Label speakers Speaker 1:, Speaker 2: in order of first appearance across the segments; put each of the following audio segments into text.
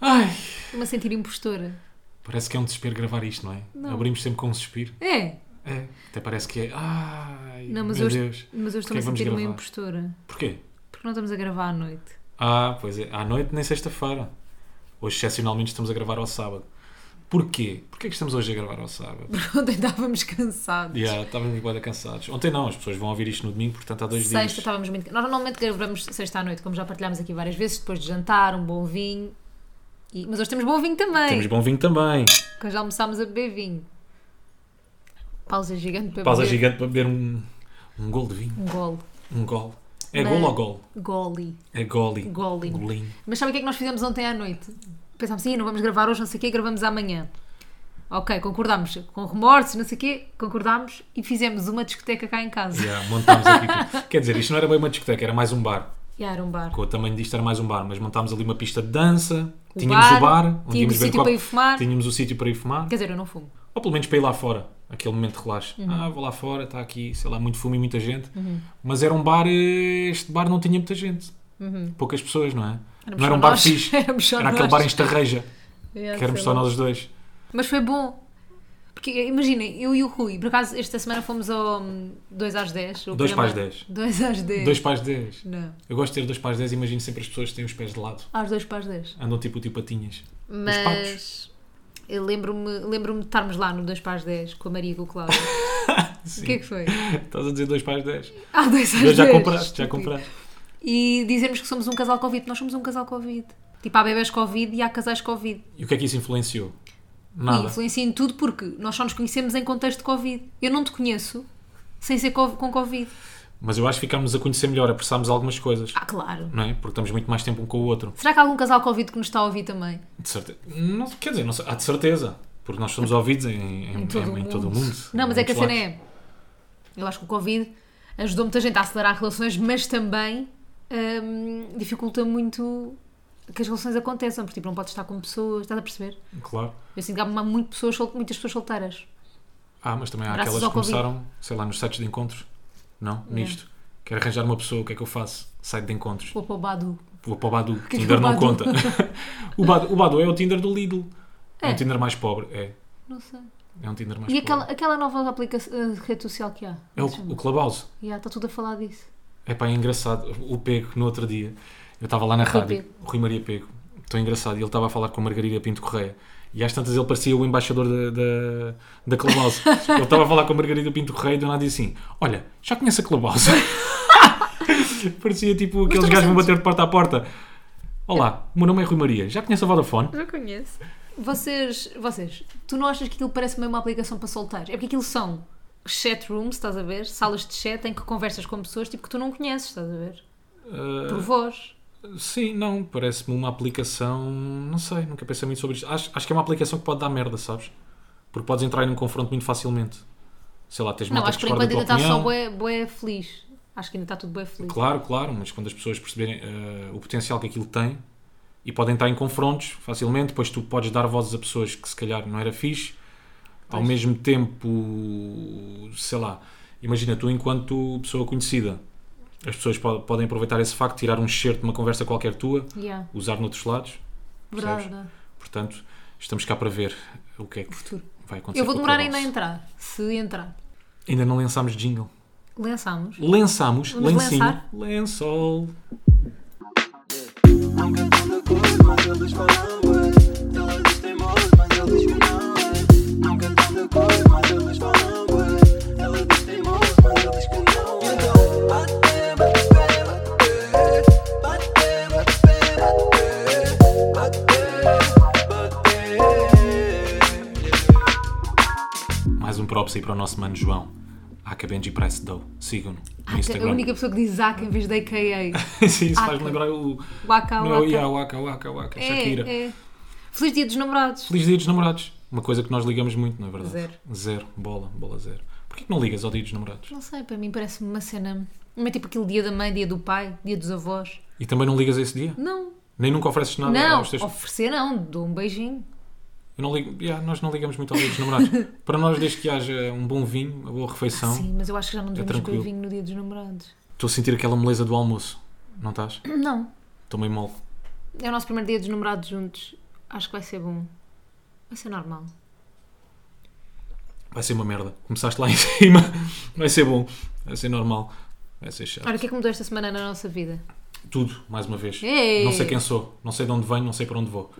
Speaker 1: Ai,
Speaker 2: Estou-me a sentir impostora.
Speaker 1: parece que é um desespero gravar isto, não é?
Speaker 2: Não.
Speaker 1: Abrimos sempre com um suspiro.
Speaker 2: É.
Speaker 1: É, até parece que é. Ai,
Speaker 2: Não, mas
Speaker 1: meu
Speaker 2: hoje,
Speaker 1: Deus.
Speaker 2: mas hoje
Speaker 1: Porquê
Speaker 2: estou-me a
Speaker 1: que vamos
Speaker 2: sentir uma
Speaker 1: gravar?
Speaker 2: impostora.
Speaker 1: Porquê?
Speaker 2: Porque não estamos a gravar à noite.
Speaker 1: Ah, pois é, à noite nem sexta-feira. Hoje, excepcionalmente, estamos a gravar ao sábado. Porquê? Porquê é que estamos hoje a gravar ao sábado?
Speaker 2: Porque Ontem estávamos cansados.
Speaker 1: yeah, estávamos igual cansados. Ontem não, as pessoas vão ouvir isto no domingo, portanto há dois
Speaker 2: Sexta
Speaker 1: dias.
Speaker 2: estávamos muito. Nós normalmente gravamos sexta à noite, como já partilhámos aqui várias vezes, depois de jantar, um bom vinho. E- Mas hoje temos bom vinho também.
Speaker 1: Temos bom vinho também.
Speaker 2: Porque já almoçámos a beber vinho. Pausa gigante para
Speaker 1: Pausa
Speaker 2: beber.
Speaker 1: gigante para beber um, um gol de vinho.
Speaker 2: Um gole.
Speaker 1: Um gol. É
Speaker 2: Mas-
Speaker 1: gol ou gol?
Speaker 2: Goli.
Speaker 1: É goli.
Speaker 2: Goli.
Speaker 1: Golinho.
Speaker 2: Mas sabe o que é que nós fizemos ontem à noite? Pensámos, sim, não vamos gravar hoje, não sei o quê, gravamos amanhã. Ok, concordámos com remorsos, não sei o quê, concordámos e fizemos uma discoteca cá em casa.
Speaker 1: Yeah, montámos aqui. tudo. Quer dizer, isto não era bem uma discoteca, era mais um bar.
Speaker 2: E era um bar.
Speaker 1: Com o tamanho disto era mais um bar, mas montámos ali uma pista de dança,
Speaker 2: O
Speaker 1: tínhamos
Speaker 2: bar,
Speaker 1: o bar, onde
Speaker 2: tínhamos
Speaker 1: íamos
Speaker 2: o
Speaker 1: ver
Speaker 2: sítio
Speaker 1: copo-
Speaker 2: para ir fumar.
Speaker 1: Tínhamos o sítio para ir fumar.
Speaker 2: Quer dizer, eu não fumo.
Speaker 1: Ou pelo menos para ir lá fora, aquele momento de relaxo.
Speaker 2: Uhum.
Speaker 1: Ah, vou lá fora, está aqui, sei lá, muito fumo e muita gente. Mas era um bar, eh, este bar não tinha muita gente. Poucas pessoas, não é?
Speaker 2: Uhum. Éramos
Speaker 1: não era
Speaker 2: só
Speaker 1: um bar
Speaker 2: nós.
Speaker 1: fixe.
Speaker 2: Éramos só
Speaker 1: era aquele
Speaker 2: nós.
Speaker 1: bar em Estarreja,
Speaker 2: É,
Speaker 1: que éramos
Speaker 2: sei
Speaker 1: só
Speaker 2: lá.
Speaker 1: nós os dois.
Speaker 2: Mas foi bom. Porque imaginem, eu e o Rui, por acaso esta semana fomos ao 2 às 10.
Speaker 1: Dois para as 10.
Speaker 2: 2 é às 10.
Speaker 1: Dois pais de 10.
Speaker 2: Não, Ah,
Speaker 1: Eu gosto de ter dois pais de 10, imagino sempre as pessoas que têm os pés de lado.
Speaker 2: às 2 para as 10.
Speaker 1: Andam tipo tio patinhas.
Speaker 2: Mas eu lembro-me lembro de estarmos lá no 2 para as 10 com a Maria e com o Cláudio. O que é que foi?
Speaker 1: Estás a dizer dois pais de 10.
Speaker 2: Ah, dois às
Speaker 1: Eu já
Speaker 2: dez.
Speaker 1: compraste, já
Speaker 2: Estúpido.
Speaker 1: compraste.
Speaker 2: E dizermos que somos um casal Covid. Nós somos um casal Covid. Tipo, há bebés Covid e há casais Covid.
Speaker 1: E o que é que isso influenciou?
Speaker 2: E
Speaker 1: Nada.
Speaker 2: influencia em tudo porque nós só nos conhecemos em contexto de Covid. Eu não te conheço sem ser co- com Covid.
Speaker 1: Mas eu acho que ficámos a conhecer melhor, apressámos algumas coisas,
Speaker 2: Ah, claro.
Speaker 1: não é? Porque estamos muito mais tempo um com o outro.
Speaker 2: Será que há algum casal Covid que nos está a ouvir também?
Speaker 1: De certeza. Não, quer dizer, não sei- há de certeza. Porque nós somos ouvidos em, em- em- em todo, o mundo.
Speaker 2: Não, mas é que a
Speaker 1: Muitos
Speaker 2: cena
Speaker 1: lados.
Speaker 2: é. Eu acho que o Covid ajudou muita gente a acelerar relações, mas também hum, dificulta muito que as relações aconteçam, porque tipo, não podes estar com pessoas, estás a perceber?
Speaker 1: Claro.
Speaker 2: Eu sinto que há muito pessoas, sol- muitas pessoas solteiras.
Speaker 1: Ah, mas também há
Speaker 2: Graças
Speaker 1: aquelas
Speaker 2: ao
Speaker 1: que começaram, sei lá, nos sites de encontros. Não? Nisto. Quero arranjar uma pessoa, o que é que eu faço? Site de encontros.
Speaker 2: Ou para o Badu.
Speaker 1: Vou para o Badu.
Speaker 2: que é
Speaker 1: Tinder
Speaker 2: o
Speaker 1: não
Speaker 2: Badu?
Speaker 1: conta. o, Badu, o Badu é o Tinder do Lidl. É,
Speaker 2: É.
Speaker 1: um Tinder mais pobre. É.
Speaker 2: Não sei.
Speaker 1: É um Tinder mais
Speaker 2: E
Speaker 1: pobre.
Speaker 2: aquela, aquela nova aplicação, eh, rede social que há?
Speaker 1: É o, o Clubhouse.
Speaker 2: Já, está tá tudo a falar disso.
Speaker 1: É pá, é engraçado. O Pego, no outro dia, eu estava lá na
Speaker 2: Rui
Speaker 1: rádio,
Speaker 2: Pego.
Speaker 1: o Rui Maria Pego, tão engraçado, e ele estava a falar com a Margarida Pinto Correia. E às tantas ele parecia o embaixador da, da, da Clubhouse. ele estava a falar com a Margarida Pinto Correia e do nada disse assim: Olha, já conhece a Clubhouse? parecia tipo aqueles
Speaker 2: tu
Speaker 1: gajos que vão
Speaker 2: sentes-
Speaker 1: bater de porta a porta. Olá, o meu nome é Rui Maria, já conhece a Vodafone?
Speaker 2: Já conheço. Vocês, vocês, tu não achas que aquilo parece meio uma aplicação para solteiros? É porque aquilo são chat rooms, estás a ver? Salas de chat em que conversas com pessoas tipo que tu não conheces, estás a ver?
Speaker 1: Ah, Eh,
Speaker 2: Por voz.
Speaker 1: Sim, não, parece-me uma aplicação. Não sei, nunca pensei muito sobre isto. Acho, acho que é uma aplicação que pode dar merda, sabes? Porque podes entrar em um confronto muito facilmente. Sei lá, tens
Speaker 2: Não,
Speaker 1: malta
Speaker 2: acho
Speaker 1: que
Speaker 2: que por
Speaker 1: discorda
Speaker 2: enquanto
Speaker 1: da
Speaker 2: ainda
Speaker 1: tua
Speaker 2: está só
Speaker 1: opinião.
Speaker 2: boé, boé feliz. Acho que ainda está tudo boé feliz.
Speaker 1: Claro, claro, mas quando as pessoas perceberem eh, o potencial que aquilo tem e podem entrar em confrontos facilmente, depois tu podes dar vozes a pessoas que se calhar não era fixe. Ao
Speaker 2: Pois.
Speaker 1: mesmo tempo, sei lá, imagina tu enquanto pessoa conhecida, as pessoas po- podem aproveitar esse facto, tirar um excerto de uma conversa qualquer tua,
Speaker 2: Yeah.
Speaker 1: usar noutros lados.
Speaker 2: Verdade,
Speaker 1: Percebes?
Speaker 2: verdade.
Speaker 1: Portanto, estamos cá para ver o que é que
Speaker 2: Futuro.
Speaker 1: vai acontecer.
Speaker 2: Eu vou
Speaker 1: com o
Speaker 2: demorar ainda
Speaker 1: Clubhouse.
Speaker 2: a entrar, se entrar.
Speaker 1: Ainda não lançámos jingle.
Speaker 2: Lançámos.
Speaker 1: Lançámos,
Speaker 2: Vamos
Speaker 1: lencinho,
Speaker 2: lançar?
Speaker 1: lençol.
Speaker 3: Nunca tão de acordo, mas eles falam ué. Eles têm modos, mas eles que não é. Nunca tão de acordo, mas eles falam ué. Eles têm modos, mas eles que não é. Então, bate, bate, bate, bate, bate, bate, bate, bate.
Speaker 1: Mais um props aí para o nosso mano João. Akabenji Price Doe. Sigam-no no
Speaker 2: A
Speaker 1: Instagram.
Speaker 2: única pessoa que diz Zac em vez de AKA.
Speaker 1: Sim, isso faz-me
Speaker 2: Aka.
Speaker 1: lembrar o.
Speaker 2: Waka
Speaker 1: Não,
Speaker 2: Waka.
Speaker 1: yeah, Waka, Waka, Waka, Shakira.
Speaker 2: É, é. Feliz dia dos namorados.
Speaker 1: Feliz dia dos namorados. Uma coisa que nós ligamos muito, não é verdade?
Speaker 2: Zero.
Speaker 1: Zero. Bola, bola zero. Porquê que não ligas ao dia dos namorados?
Speaker 2: Não sei, para mim parece-me uma cena. Não é tipo aquele dia da mãe, dia do pai, dia dos avós.
Speaker 1: E também não ligas a esse dia?
Speaker 2: Não.
Speaker 1: Nem nunca ofereces nada
Speaker 2: não,
Speaker 1: aos teus
Speaker 2: oferecer não, dou um beijinho.
Speaker 1: Eu não ligo, yeah, nós não ligamos muito ao dia dos namorados. Para nós, desde que haja um bom vinho, uma boa refeição,
Speaker 2: Sim, mas eu acho que já não devemos beber
Speaker 1: Então, é tranquilo.
Speaker 2: vinho no dia dos namorados.
Speaker 1: estou a sentir aquela moleza do almoço. Não estás?
Speaker 2: Não.
Speaker 1: Estou meio mole.
Speaker 2: É o nosso primeiro dia dos numerados juntos. Acho que vai ser bom. Vai ser normal.
Speaker 1: Vai ser uma merda. Começaste lá em cima. Vai ser bom. Vai ser normal. Vai ser chato.
Speaker 2: Olha, o que é que mudou esta semana na nossa vida?
Speaker 1: Tudo, mais uma vez.
Speaker 2: Ei!
Speaker 1: Não sei quem sou. Não sei de onde venho. Não sei para onde vou.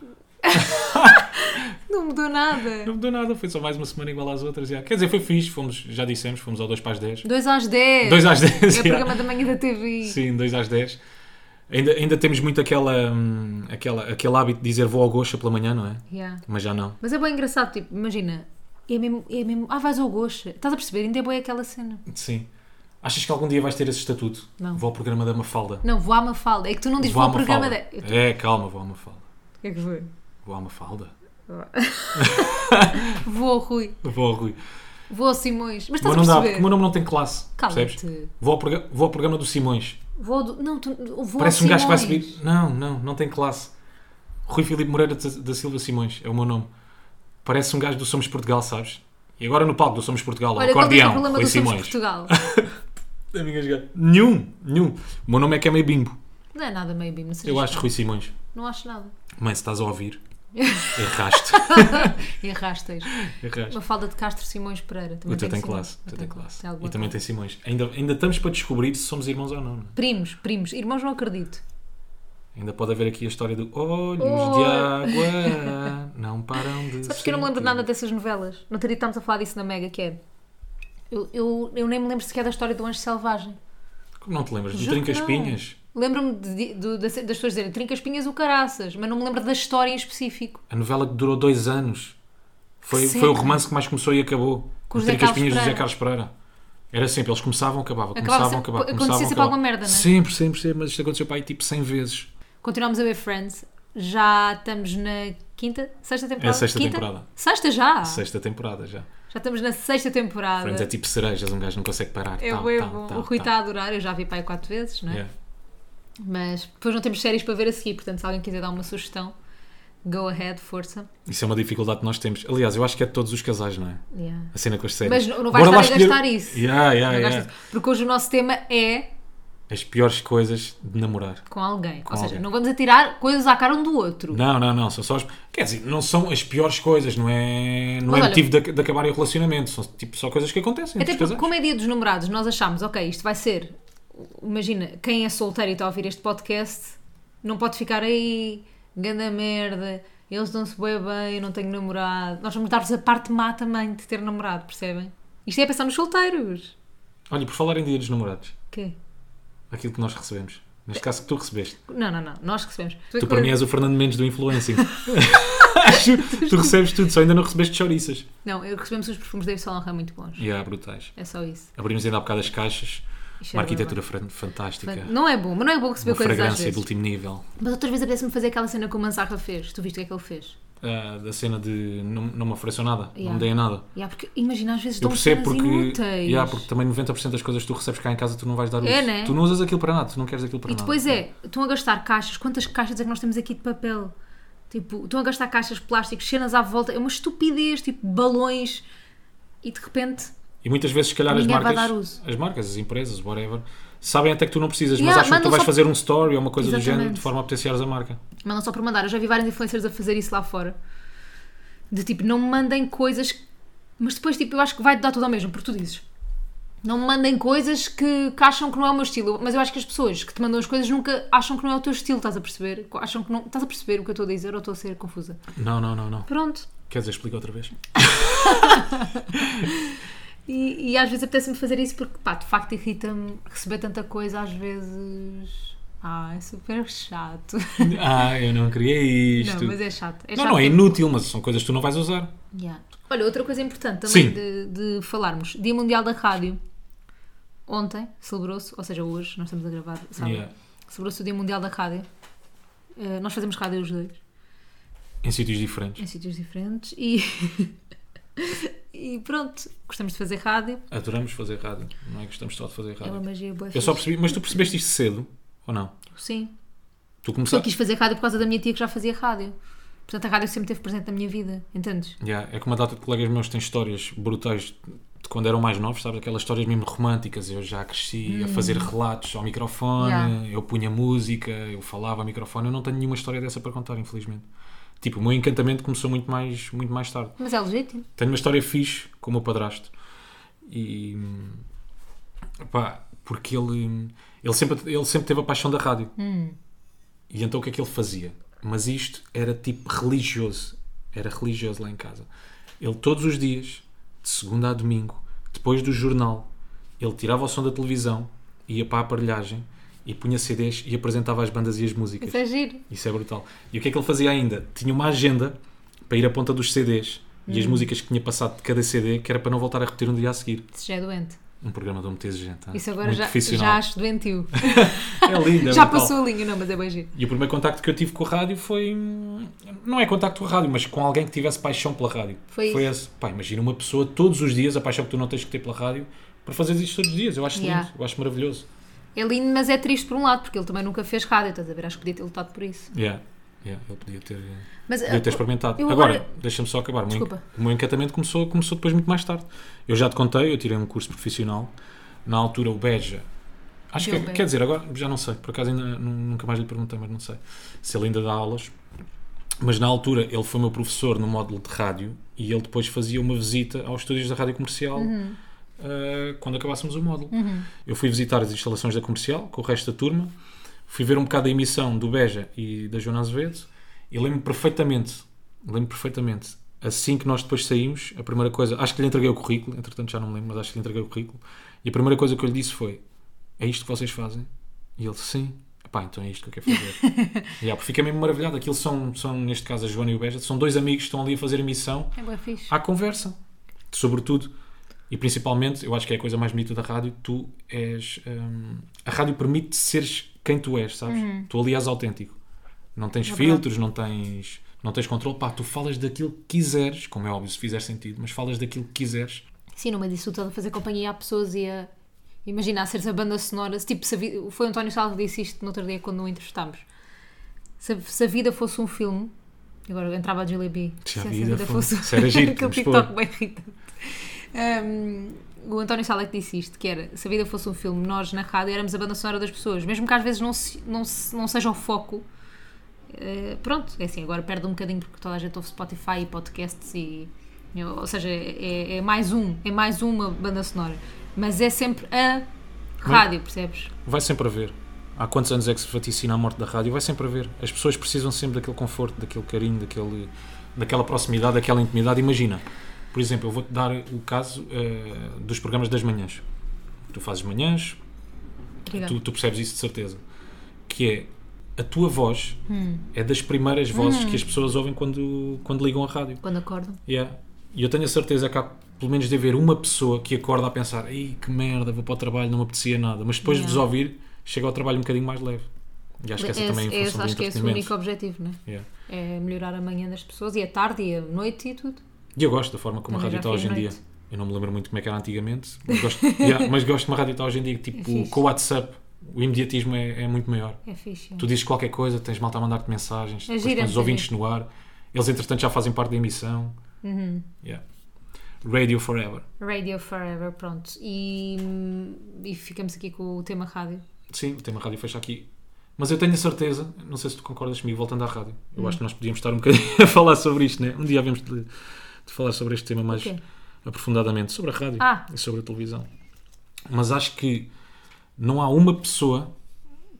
Speaker 2: Não mudou nada.
Speaker 1: Não mudou nada. Foi só mais uma semana igual às outras. já. Quer dizer, foi fixe. Fomos, já dissemos, fomos ao 2 para as 10.
Speaker 2: 2 às 10.
Speaker 1: 2 às 10.
Speaker 2: É o programa da manhã da TV.
Speaker 1: Sim, 2 às 10. Ainda, ainda temos muito aquela, hum, aquela, aquele hábito de dizer vou ao Goxa pela manhã, não é?
Speaker 2: Yeah.
Speaker 1: Mas já não.
Speaker 2: Mas é bem engraçado, tipo, imagina. É mesmo, é mesmo. Ah, vais ao gosto. Estás a perceber? Ainda é boa aquela cena.
Speaker 1: Sim. Achas que algum dia vais ter esse estatuto?
Speaker 2: Não.
Speaker 1: Vou ao programa da Mafalda.
Speaker 2: Não, vou à Mafalda. É que tu não dizes vou
Speaker 1: à
Speaker 2: ao programa da.
Speaker 1: Mafalda.
Speaker 2: Eu-
Speaker 1: É, calma, vou à Mafalda.
Speaker 2: O que é que foi?
Speaker 1: Vou à Mafalda.
Speaker 2: Vou ao Rui.
Speaker 1: Vou ao Rui.
Speaker 2: Vou ao Simões. Mas
Speaker 1: O meu
Speaker 2: estás
Speaker 1: nome,
Speaker 2: a
Speaker 1: dá, porque o
Speaker 2: perceber?
Speaker 1: meu nome não tem classe. Percebes?
Speaker 2: Cala-te.
Speaker 1: Vou ao, proga- vou ao programa do Simões.
Speaker 2: Vou ao do... Não, tu... vou
Speaker 1: Parece
Speaker 2: ao
Speaker 1: um gajo que vai
Speaker 2: Simões.
Speaker 1: subir. Não, não, não tem classe. Rui Filipe Moreira da da Silva Simões é o meu nome. Parece um gajo do Somos Portugal, sabes? E agora no palco do Somos Portugal,
Speaker 2: Olha,
Speaker 1: Olha,
Speaker 2: qual é que é o
Speaker 1: acordeão,
Speaker 2: problema
Speaker 1: Rui
Speaker 2: do Somos
Speaker 1: Simões.
Speaker 2: Portugal?
Speaker 1: Da minha jogada. Nenhum, nenhum. O meu nome é que é meio bimbo.
Speaker 2: Não é nada, meio bim. não sejas
Speaker 1: Eu acho
Speaker 2: chato.
Speaker 1: Rui Simões.
Speaker 2: Não acho nada.
Speaker 1: Mãe, se estás a ouvir, erraste.
Speaker 2: Errasteis.
Speaker 1: erraste.
Speaker 2: Uma falda de Castro Simões Pereira.
Speaker 1: O teu tem
Speaker 2: Simões.
Speaker 1: classe, o teu tem classe.
Speaker 2: alguma
Speaker 1: E também tem Simões. Ainda, ainda estamos para descobrir se somos irmãos ou não. não é?
Speaker 2: Primos, primos. Irmãos não acredito.
Speaker 1: Ainda pode haver aqui a história do Olhos
Speaker 2: Oh.
Speaker 1: de Água, não param de.
Speaker 2: Sabes que eu não me lembro de nada dessas novelas. No outro dia estávamos a falar disso na Mega, que é... Eu, eu, eu nem me lembro sequer da história do Anjo Selvagem.
Speaker 1: Como não te lembras? Do
Speaker 2: Juro que
Speaker 1: Trinca
Speaker 2: não.
Speaker 1: Espinhas?
Speaker 2: Lembro-me de- do- das, das pessoas dizerem trinca espinhas ou caraças, mas não me lembro da história em específico.
Speaker 1: A novela que durou dois anos. Foi,
Speaker 2: seca.
Speaker 1: foi o romance que mais começou e acabou.
Speaker 2: Com o
Speaker 1: Com
Speaker 2: José
Speaker 1: Trinca
Speaker 2: Carlos
Speaker 1: Espinhas do José
Speaker 2: Pereira.
Speaker 1: Carlos Pereira. Era sempre, eles começavam, acabava,
Speaker 2: Acabava
Speaker 1: começavam,
Speaker 2: sempre-
Speaker 1: acabava,
Speaker 2: acontecia
Speaker 1: começavam,
Speaker 2: sempre
Speaker 1: acabava.
Speaker 2: alguma merda, não é?
Speaker 1: Sempre, sempre, sempre, mas isto aconteceu para aí tipo 100 vezes.
Speaker 2: Continuamos a ver Friends. Já estamos na quinta, sexta temporada.
Speaker 1: É a sexta
Speaker 2: Quinta?
Speaker 1: temporada.
Speaker 2: Sexta já?
Speaker 1: Sexta temporada já.
Speaker 2: Já estamos na sexta temporada.
Speaker 1: Friends é tipo cerejas, um gajo não consegue parar.
Speaker 2: É
Speaker 1: tal,
Speaker 2: bué
Speaker 1: tal,
Speaker 2: bom.
Speaker 1: tal,
Speaker 2: o Rui
Speaker 1: tal.
Speaker 2: tá, está a adorar, eu já vi pai quatro vezes, não é?
Speaker 1: Yeah.
Speaker 2: Mas depois não temos séries para ver a seguir, portanto, se alguém quiser dar uma sugestão, go ahead, força.
Speaker 1: Isso é uma dificuldade que nós temos. Aliás, eu acho que é de todos os casais, não é?
Speaker 2: Yeah.
Speaker 1: A cena com as séries.
Speaker 2: Mas não- não vais
Speaker 1: Bora lá
Speaker 2: estar a gastar isso.
Speaker 1: Yeah, yeah,
Speaker 2: Não
Speaker 1: yeah.
Speaker 2: gastas- Porque hoje o nosso tema é
Speaker 1: As piores coisas de namorar.
Speaker 2: com alguém. Ou seja,
Speaker 1: alguém.
Speaker 2: não vamos atirar coisas à cara um do outro.
Speaker 1: Não, não, não. São só as... Quer dizer, não são as piores coisas, não é, não
Speaker 2: Mas
Speaker 1: é
Speaker 2: olha-
Speaker 1: motivo de, de acabar o relacionamento. São tipo só coisas que acontecem. entre
Speaker 2: Até
Speaker 1: os
Speaker 2: porque,
Speaker 1: casais.
Speaker 2: como é dia dos namorados, nós achámos, ok, isto vai ser. Imagina, quem é solteiro e está a ouvir este podcast não pode ficar aí, ganda merda, eles não se bem bem, eu não tenho namorado. Nós vamos dar-vos a parte má também de ter namorado, percebem? Isto é pensar nos solteiros.
Speaker 1: Olha, por falar em dia dos namorados,
Speaker 2: Quê?
Speaker 1: aquilo que nós recebemos. Neste caso que tu recebeste.
Speaker 2: Não, não, não, nós recebemos. é
Speaker 1: Tu para mim és o Fernando Mendes do influencing. Acho- tu recebes tudo, só ainda não recebeste chouriças.
Speaker 2: Não, eu recebemos os perfumes da Yves Saint Laurent muito bons.
Speaker 1: E há brutais.
Speaker 2: É só isso.
Speaker 1: Abrimos ainda há bocado as caixas.
Speaker 2: Isto é
Speaker 1: Uma
Speaker 2: era
Speaker 1: arquitetura fran- fantástica.
Speaker 2: bem- Não é bom, mas não é bom receber
Speaker 1: Uma
Speaker 2: coisas às
Speaker 1: fragrância
Speaker 2: vezes.
Speaker 1: de último nível.
Speaker 2: Mas outras vezes apetece-me fazer aquela cena que o Manzarra fez. Tu viste o que é que ele fez?
Speaker 1: Ah, da cena de não, não me ofereçam nada, não
Speaker 2: Yeah.
Speaker 1: me deem nada.
Speaker 2: Yeah, porque imagina, às vezes
Speaker 1: Eu
Speaker 2: dão
Speaker 1: percebo
Speaker 2: cenas
Speaker 1: porque,
Speaker 2: inúteis.
Speaker 1: yeah, porque também 90% das coisas que tu recebes cá em casa tu não vais dar uso.
Speaker 2: É, né?
Speaker 1: Tu não usas aquilo para nada, tu não queres aquilo para
Speaker 2: E
Speaker 1: nada.
Speaker 2: depois é, estão a gastar caixas, quantas caixas é que nós temos aqui de papel? Tipo, estão a gastar caixas de plástico, cenas à volta, é uma estupidez, tipo balões, e de repente,
Speaker 1: E muitas vezes, se calhar, as
Speaker 2: Ninguém vai
Speaker 1: marcas,
Speaker 2: dar uso.
Speaker 1: as marcas, as empresas, whatever, sabem até que tu não precisas,
Speaker 2: Yeah,
Speaker 1: mas acham que tu
Speaker 2: mandam
Speaker 1: vais
Speaker 2: só-
Speaker 1: fazer um story ou uma coisa do
Speaker 2: Exatamente.
Speaker 1: género de forma a potenciares a marca.
Speaker 2: mandam só por mandar. Eu já vi vários influencers a fazer isso lá fora. De tipo, não me mandem coisas, mas depois, tipo, eu acho que vai dar tudo ao mesmo, porque tu dizes. Não me mandem coisas que, que acham que não é o meu estilo, mas eu acho que as pessoas que te mandam as coisas nunca acham que não é o teu estilo, estás a perceber? Acham que não. Estás a perceber o que eu estou a dizer ou estou a ser confusa?
Speaker 1: Não, não, não, não.
Speaker 2: Pronto.
Speaker 1: Quer dizer, explica outra vez.
Speaker 2: E, e às vezes apetece-me fazer isso porque, pá, de facto irrita-me receber tanta coisa, às vezes. Ah, é super chato.
Speaker 1: ah, eu não queria isto.
Speaker 2: Não, mas é chato. É
Speaker 1: não,
Speaker 2: chato
Speaker 1: não, é
Speaker 2: porque-
Speaker 1: inútil, mas são coisas que tu não vais usar.
Speaker 2: Yeah. Olha, outra coisa importante também
Speaker 1: Sim.
Speaker 2: de, de falarmos: Dia Mundial da Rádio. Ontem celebrou-se, ou seja, hoje, nós estamos a gravar, sabe?
Speaker 1: Yeah.
Speaker 2: Celebrou-se o Dia Mundial da Rádio. Eh, nós fazemos rádio os dois,
Speaker 1: Em sítios diferentes.
Speaker 2: em sítios diferentes e. e pronto, gostamos de fazer rádio.
Speaker 1: Adoramos fazer rádio. Não é que estamos só de fazer
Speaker 2: É uma
Speaker 1: rádio.
Speaker 2: magia boa.
Speaker 1: Eu só percebi, mas tu percebeste isto cedo ou não?
Speaker 2: Sim.
Speaker 1: Tu
Speaker 2: Eu
Speaker 1: começaste.
Speaker 2: quis fazer rádio por causa da minha tia que já fazia rádio. Portanto, a rádio sempre esteve presente na minha vida, entendes?
Speaker 1: Yeah, é que uma data de colegas meus têm histórias brutais de quando eram mais novos, sabes? Aquelas histórias mesmo românticas. Eu já cresci a fazer relatos ao microfone,
Speaker 2: Yeah.
Speaker 1: eu punha música, eu falava ao microfone. Eu não tenho nenhuma história dessa para contar, infelizmente. Tipo, o meu encantamento começou muito mais, muito mais tarde.
Speaker 2: Mas é legítimo.
Speaker 1: Tenho uma história fixe com o meu padrasto. E. hum, pá, porque ele. Ele sempre, ele sempre teve a paixão da rádio.
Speaker 2: Hum.
Speaker 1: E então o que é que ele fazia? Mas isto era tipo religioso. Era religioso lá em casa. Ele todos os dias, de segunda a domingo, depois do jornal, ele tirava o som da televisão, ia para a aparelhagem e punha CDs e apresentava as bandas e as músicas.
Speaker 2: Isso é giro.
Speaker 1: Isso é brutal. E o que é que ele fazia ainda? Tinha uma agenda para ir à ponta dos CDs e
Speaker 2: Uhum.
Speaker 1: as músicas que tinha passado de cada CD, que era para não voltar a repetir um dia a seguir.
Speaker 2: Isso já é doente.
Speaker 1: Um programa de um muito exigente. hã?
Speaker 2: Isso agora
Speaker 1: Muito
Speaker 2: já,
Speaker 1: profissional.
Speaker 2: já acho doentio.
Speaker 1: É lindo, é
Speaker 2: já
Speaker 1: brutal.
Speaker 2: passou a linha, não, mas é bem giro.
Speaker 1: E o primeiro contacto que eu tive com a rádio foi. hum, Não é contacto com a rádio, mas com alguém que tivesse paixão pela rádio.
Speaker 2: Foi
Speaker 1: esse. Pá, imagina uma pessoa todos os dias, a paixão que tu não tens que ter pela rádio, para fazer isto todos os dias. Eu acho
Speaker 2: Yeah.
Speaker 1: lindo, eu acho maravilhoso.
Speaker 2: É lindo, mas é triste por um lado, porque ele também nunca fez rádio, estás a ver? Acho que podia ter lutado por isso.
Speaker 1: Yeah. Yeah, eu podia ter, eh,
Speaker 2: Mas,
Speaker 1: podia ter
Speaker 2: ah,
Speaker 1: experimentado.
Speaker 2: eu
Speaker 1: agora,
Speaker 2: agora-
Speaker 1: deixa-me só acabar. O meu enc-
Speaker 2: Desculpa.
Speaker 1: O meu encantamento começou, começou depois muito mais tarde. Eu já te contei, eu tirei um curso profissional. Na altura, o Beja. Acho que,
Speaker 2: Deu bem.
Speaker 1: quer dizer, agora já não sei. Por acaso, ainda nu- nunca mais lhe perguntei, mas não sei se ele ainda dá aulas. Mas na altura ele foi meu professor no módulo de rádio e ele depois fazia uma visita aos estúdios da rádio comercial
Speaker 2: Uhum.
Speaker 1: eh, quando acabássemos o módulo. Eu fui visitar as instalações da comercial com o resto da turma, fui ver um bocado a emissão do Beja e da Joana Azevedo e lembro-me perfeitamente, lembro perfeitamente, assim que nós depois saímos, a primeira coisa, acho que lhe entreguei o currículo, entretanto já não me lembro, mas acho que lhe entreguei o currículo e a primeira coisa que eu lhe disse foi: É isto que vocês fazem? E ele, sim. Pá, então é isto que eu quero fazer. Yeah, porque fiquei mesmo maravilhado. Aquilo são, são, neste caso, a Joana e o Beja, são dois amigos que estão ali a fazer a missão
Speaker 2: É bem fixe.
Speaker 1: à conversa. Sobretudo, e principalmente, eu acho que é a coisa mais bonita da rádio, tu és. hum, a rádio permite seres quem tu és, sabes? Tu ali és autêntico. Não tens
Speaker 2: Verdade.
Speaker 1: filtros, não tens. Não tens controle, pá, tu falas daquilo que quiseres, como é óbvio, se fizer sentido, mas falas daquilo que quiseres.
Speaker 2: Sim, numa disso toda, fazer companhia a pessoas e a. Imagina, a seres a banda sonora. se, Tipo, se a vi- Foi o António Salvo que disse isto no outro dia quando o entrevistámos. Se a, se a vida fosse um filme. Agora entrava a Julia B.
Speaker 1: Se a vida fosse- se era giro,
Speaker 2: Aquele
Speaker 1: podemos
Speaker 2: TikTok
Speaker 1: pôr.
Speaker 2: bem irritante. Hum, o António Sala que disse isto: que era se a vida fosse um filme, nós na rádio éramos a banda sonora das pessoas, mesmo que às vezes não, se- não, se- não seja o foco. Eh, pronto, é assim, agora perde um bocadinho porque toda a gente ouve Spotify e podcasts e. Ou seja, é, é mais um, é mais uma banda sonora. Mas é sempre a rádio, percebes?
Speaker 1: Vai sempre haver. Há quantos anos é que se vaticina a morte da rádio? Vai sempre haver. As pessoas precisam sempre daquele conforto, daquele carinho, daquele, daquela proximidade, daquela intimidade. Imagina, por exemplo, eu vou-te dar o caso eh, dos programas das manhãs. Tu fazes manhãs,
Speaker 2: Obrigada.
Speaker 1: tu, tu percebes isso de certeza. Que é a tua voz é das primeiras vozes que as pessoas ouvem quando, quando ligam a rádio.
Speaker 2: Quando acordam.
Speaker 1: Yeah. E eu tenho a certeza que há pelo menos de haver uma pessoa que acorda a pensar Ei, que merda, vou para o trabalho, não me apetecia nada. Mas depois de vos
Speaker 2: Yeah.
Speaker 1: ouvir, chega ao trabalho um bocadinho mais leve. E acho que essa
Speaker 2: Esse-
Speaker 1: também é a
Speaker 2: esse-
Speaker 1: função
Speaker 2: acho
Speaker 1: do
Speaker 2: que é esse o
Speaker 1: entretenimento.
Speaker 2: único objetivo, não é?
Speaker 1: Yeah.
Speaker 2: É melhorar a manhã das pessoas e a tarde e a noite e tudo.
Speaker 1: E eu gosto da forma como a
Speaker 2: Também
Speaker 1: rádio
Speaker 2: já
Speaker 1: está
Speaker 2: fiz
Speaker 1: hoje em dia.
Speaker 2: noite.
Speaker 1: Eu não me lembro muito como é que era antigamente, mas gosto, yeah, mas gosto de uma rádio está hoje em dia,
Speaker 2: É
Speaker 1: tipo,
Speaker 2: fixe.
Speaker 1: com o WhatsApp, o imediatismo é, é muito maior.
Speaker 2: É fixe. é.
Speaker 1: Tu dizes qualquer coisa, tens malta a mandar-te mensagens, depois
Speaker 2: giro, é
Speaker 1: pões os
Speaker 2: muito
Speaker 1: ouvintes no ar, eles entretanto já fazem parte da emissão.
Speaker 2: Uhum.
Speaker 1: Yeah. Radio Forever.
Speaker 2: Radio Forever, pronto. E, e ficamos aqui com o tema rádio.
Speaker 1: Sim, o tema rádio fecha aqui. Mas eu tenho a certeza, não sei se tu concordas comigo, voltando à rádio, eu
Speaker 2: Hum.
Speaker 1: acho que nós podíamos estar um bocadinho a falar sobre isto, né? Um dia havemos de, de falar sobre este tema mais
Speaker 2: quê?
Speaker 1: aprofundadamente, sobre a rádio
Speaker 2: Ah.
Speaker 1: e sobre a televisão. Mas acho que não há uma pessoa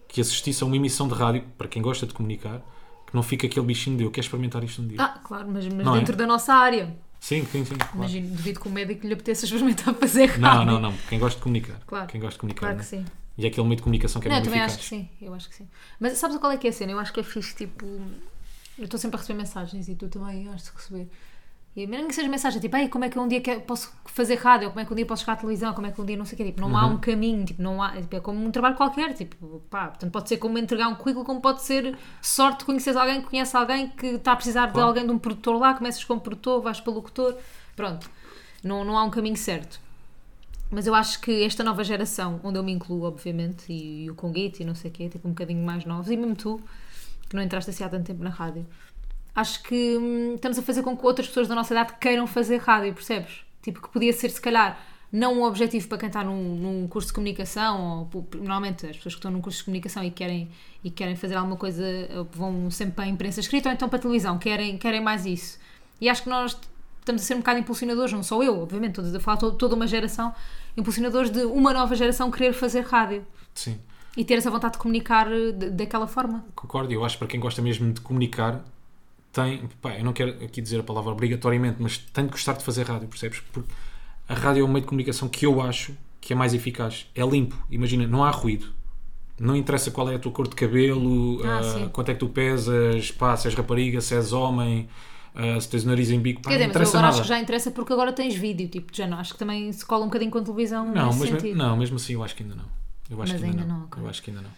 Speaker 1: que assistisse a uma emissão de rádio, para quem gosta de comunicar, que não fique aquele bichinho de eu quero experimentar isto um dia.
Speaker 2: Ah, claro, mas, mas
Speaker 1: Não é?
Speaker 2: dentro da nossa área.
Speaker 1: Sim, sim, sim. claro.
Speaker 2: Imagino, devido que o médico lhe apeteça experimentar fazer
Speaker 1: Não,
Speaker 2: rádio.
Speaker 1: não, não. Quem gosta de comunicar.
Speaker 2: Ah, né? Claro.
Speaker 1: Quem gosta de comunicar.
Speaker 2: Claro
Speaker 1: né?
Speaker 2: que sim.
Speaker 1: E é aquele meio de comunicação que é
Speaker 2: Não, eu
Speaker 1: muito
Speaker 2: também
Speaker 1: eficaz.
Speaker 2: acho que sim, eu acho que sim. Mas sabes qual é que é a cena? Eu acho que é fixe, tipo, eu estou sempre a receber mensagens e tu também has de receber. E mesmo que seja mensagem, tipo, Ei, como é que um dia que- posso fazer rádio, ou como é que um dia posso chegar à televisão, como é que um dia não sei o quê, tipo, não há
Speaker 1: Uhum.
Speaker 2: um caminho, tipo, não há, tipo, é como um trabalho qualquer, tipo, pá, portanto pode ser como entregar um currículo, como pode ser sorte de conheceres alguém que conhece alguém que está a precisar de
Speaker 1: Claro.
Speaker 2: alguém, de um produtor lá, começas como produtor, vais para locutor, pronto, não, não há um caminho certo. Mas eu acho que esta nova geração, onde eu me incluo, obviamente, e, o Conguito e não sei o quê, tipo um bocadinho mais novos, e mesmo tu, que não entraste assim há tanto tempo na rádio, acho que hum, estamos a fazer com que outras pessoas da nossa idade queiram fazer rádio, percebes? Tipo, que podia ser, se calhar, não um objetivo para quem está num, num curso de comunicação, ou pu- normalmente as pessoas que estão num curso de comunicação e querem, e querem fazer alguma coisa eh, vão sempre para a imprensa escrita ou então para a televisão, querem, querem mais isso. E acho que nós estamos a ser um bocado impulsionadores, não só eu, obviamente, todos a falar, to- toda uma geração, impulsionadores de uma nova geração querer fazer rádio
Speaker 1: Sim,
Speaker 2: e ter essa vontade de comunicar eh, de- daquela forma.
Speaker 1: concordo. Eu acho que para quem gosta mesmo de comunicar, tem. Pá, eu não quero aqui dizer a palavra obrigatoriamente, mas tem de gostar de fazer rádio, percebes? Porque a rádio é um meio de comunicação que eu acho que é mais eficaz. É limpo, imagina, não há ruído. Não interessa qual é a tua cor de cabelo,
Speaker 2: Ah,
Speaker 1: ah,
Speaker 2: sim.
Speaker 1: quanto é que tu pesas, pá, se és rapariga, se és homem, ah, se tens o nariz em bico, pá,
Speaker 2: Quer
Speaker 1: não
Speaker 2: dizer, mas eu
Speaker 1: interessa
Speaker 2: agora
Speaker 1: nada.
Speaker 2: acho que já interessa porque agora tens vídeo, tipo, já não, acho que também se cola um bocadinho com a televisão
Speaker 1: Não,
Speaker 2: nesse
Speaker 1: mas me-
Speaker 2: sentido.
Speaker 1: não, mesmo assim eu acho que ainda não. Eu acho
Speaker 2: Mas
Speaker 1: que ainda,
Speaker 2: ainda
Speaker 1: não.
Speaker 2: não, ok.
Speaker 1: Eu acho que ainda não.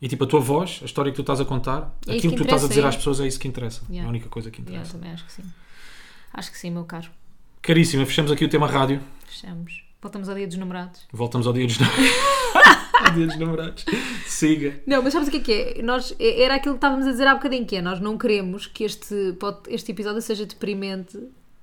Speaker 1: E tipo, a tua voz, a história que tu estás a contar,
Speaker 2: É isso
Speaker 1: aquilo que
Speaker 2: que
Speaker 1: tu estás
Speaker 2: interessa,
Speaker 1: a dizer
Speaker 2: é.
Speaker 1: às pessoas é isso que interessa. É
Speaker 2: Yeah.
Speaker 1: a única coisa que
Speaker 2: Eu
Speaker 1: interessa.
Speaker 2: também acho que sim. Acho que sim, meu caro.
Speaker 1: Caríssima, fechamos aqui o tema rádio.
Speaker 2: Fechamos. Voltamos ao dia dos namorados.
Speaker 1: Voltamos ao dia dos namorados. ao dia dos namorados. Siga.
Speaker 2: Não, mas sabes o que é que é? Nós, é- era aquilo que estávamos a dizer há bocadinho, que é nós não queremos que este, pod- este episódio seja deprimente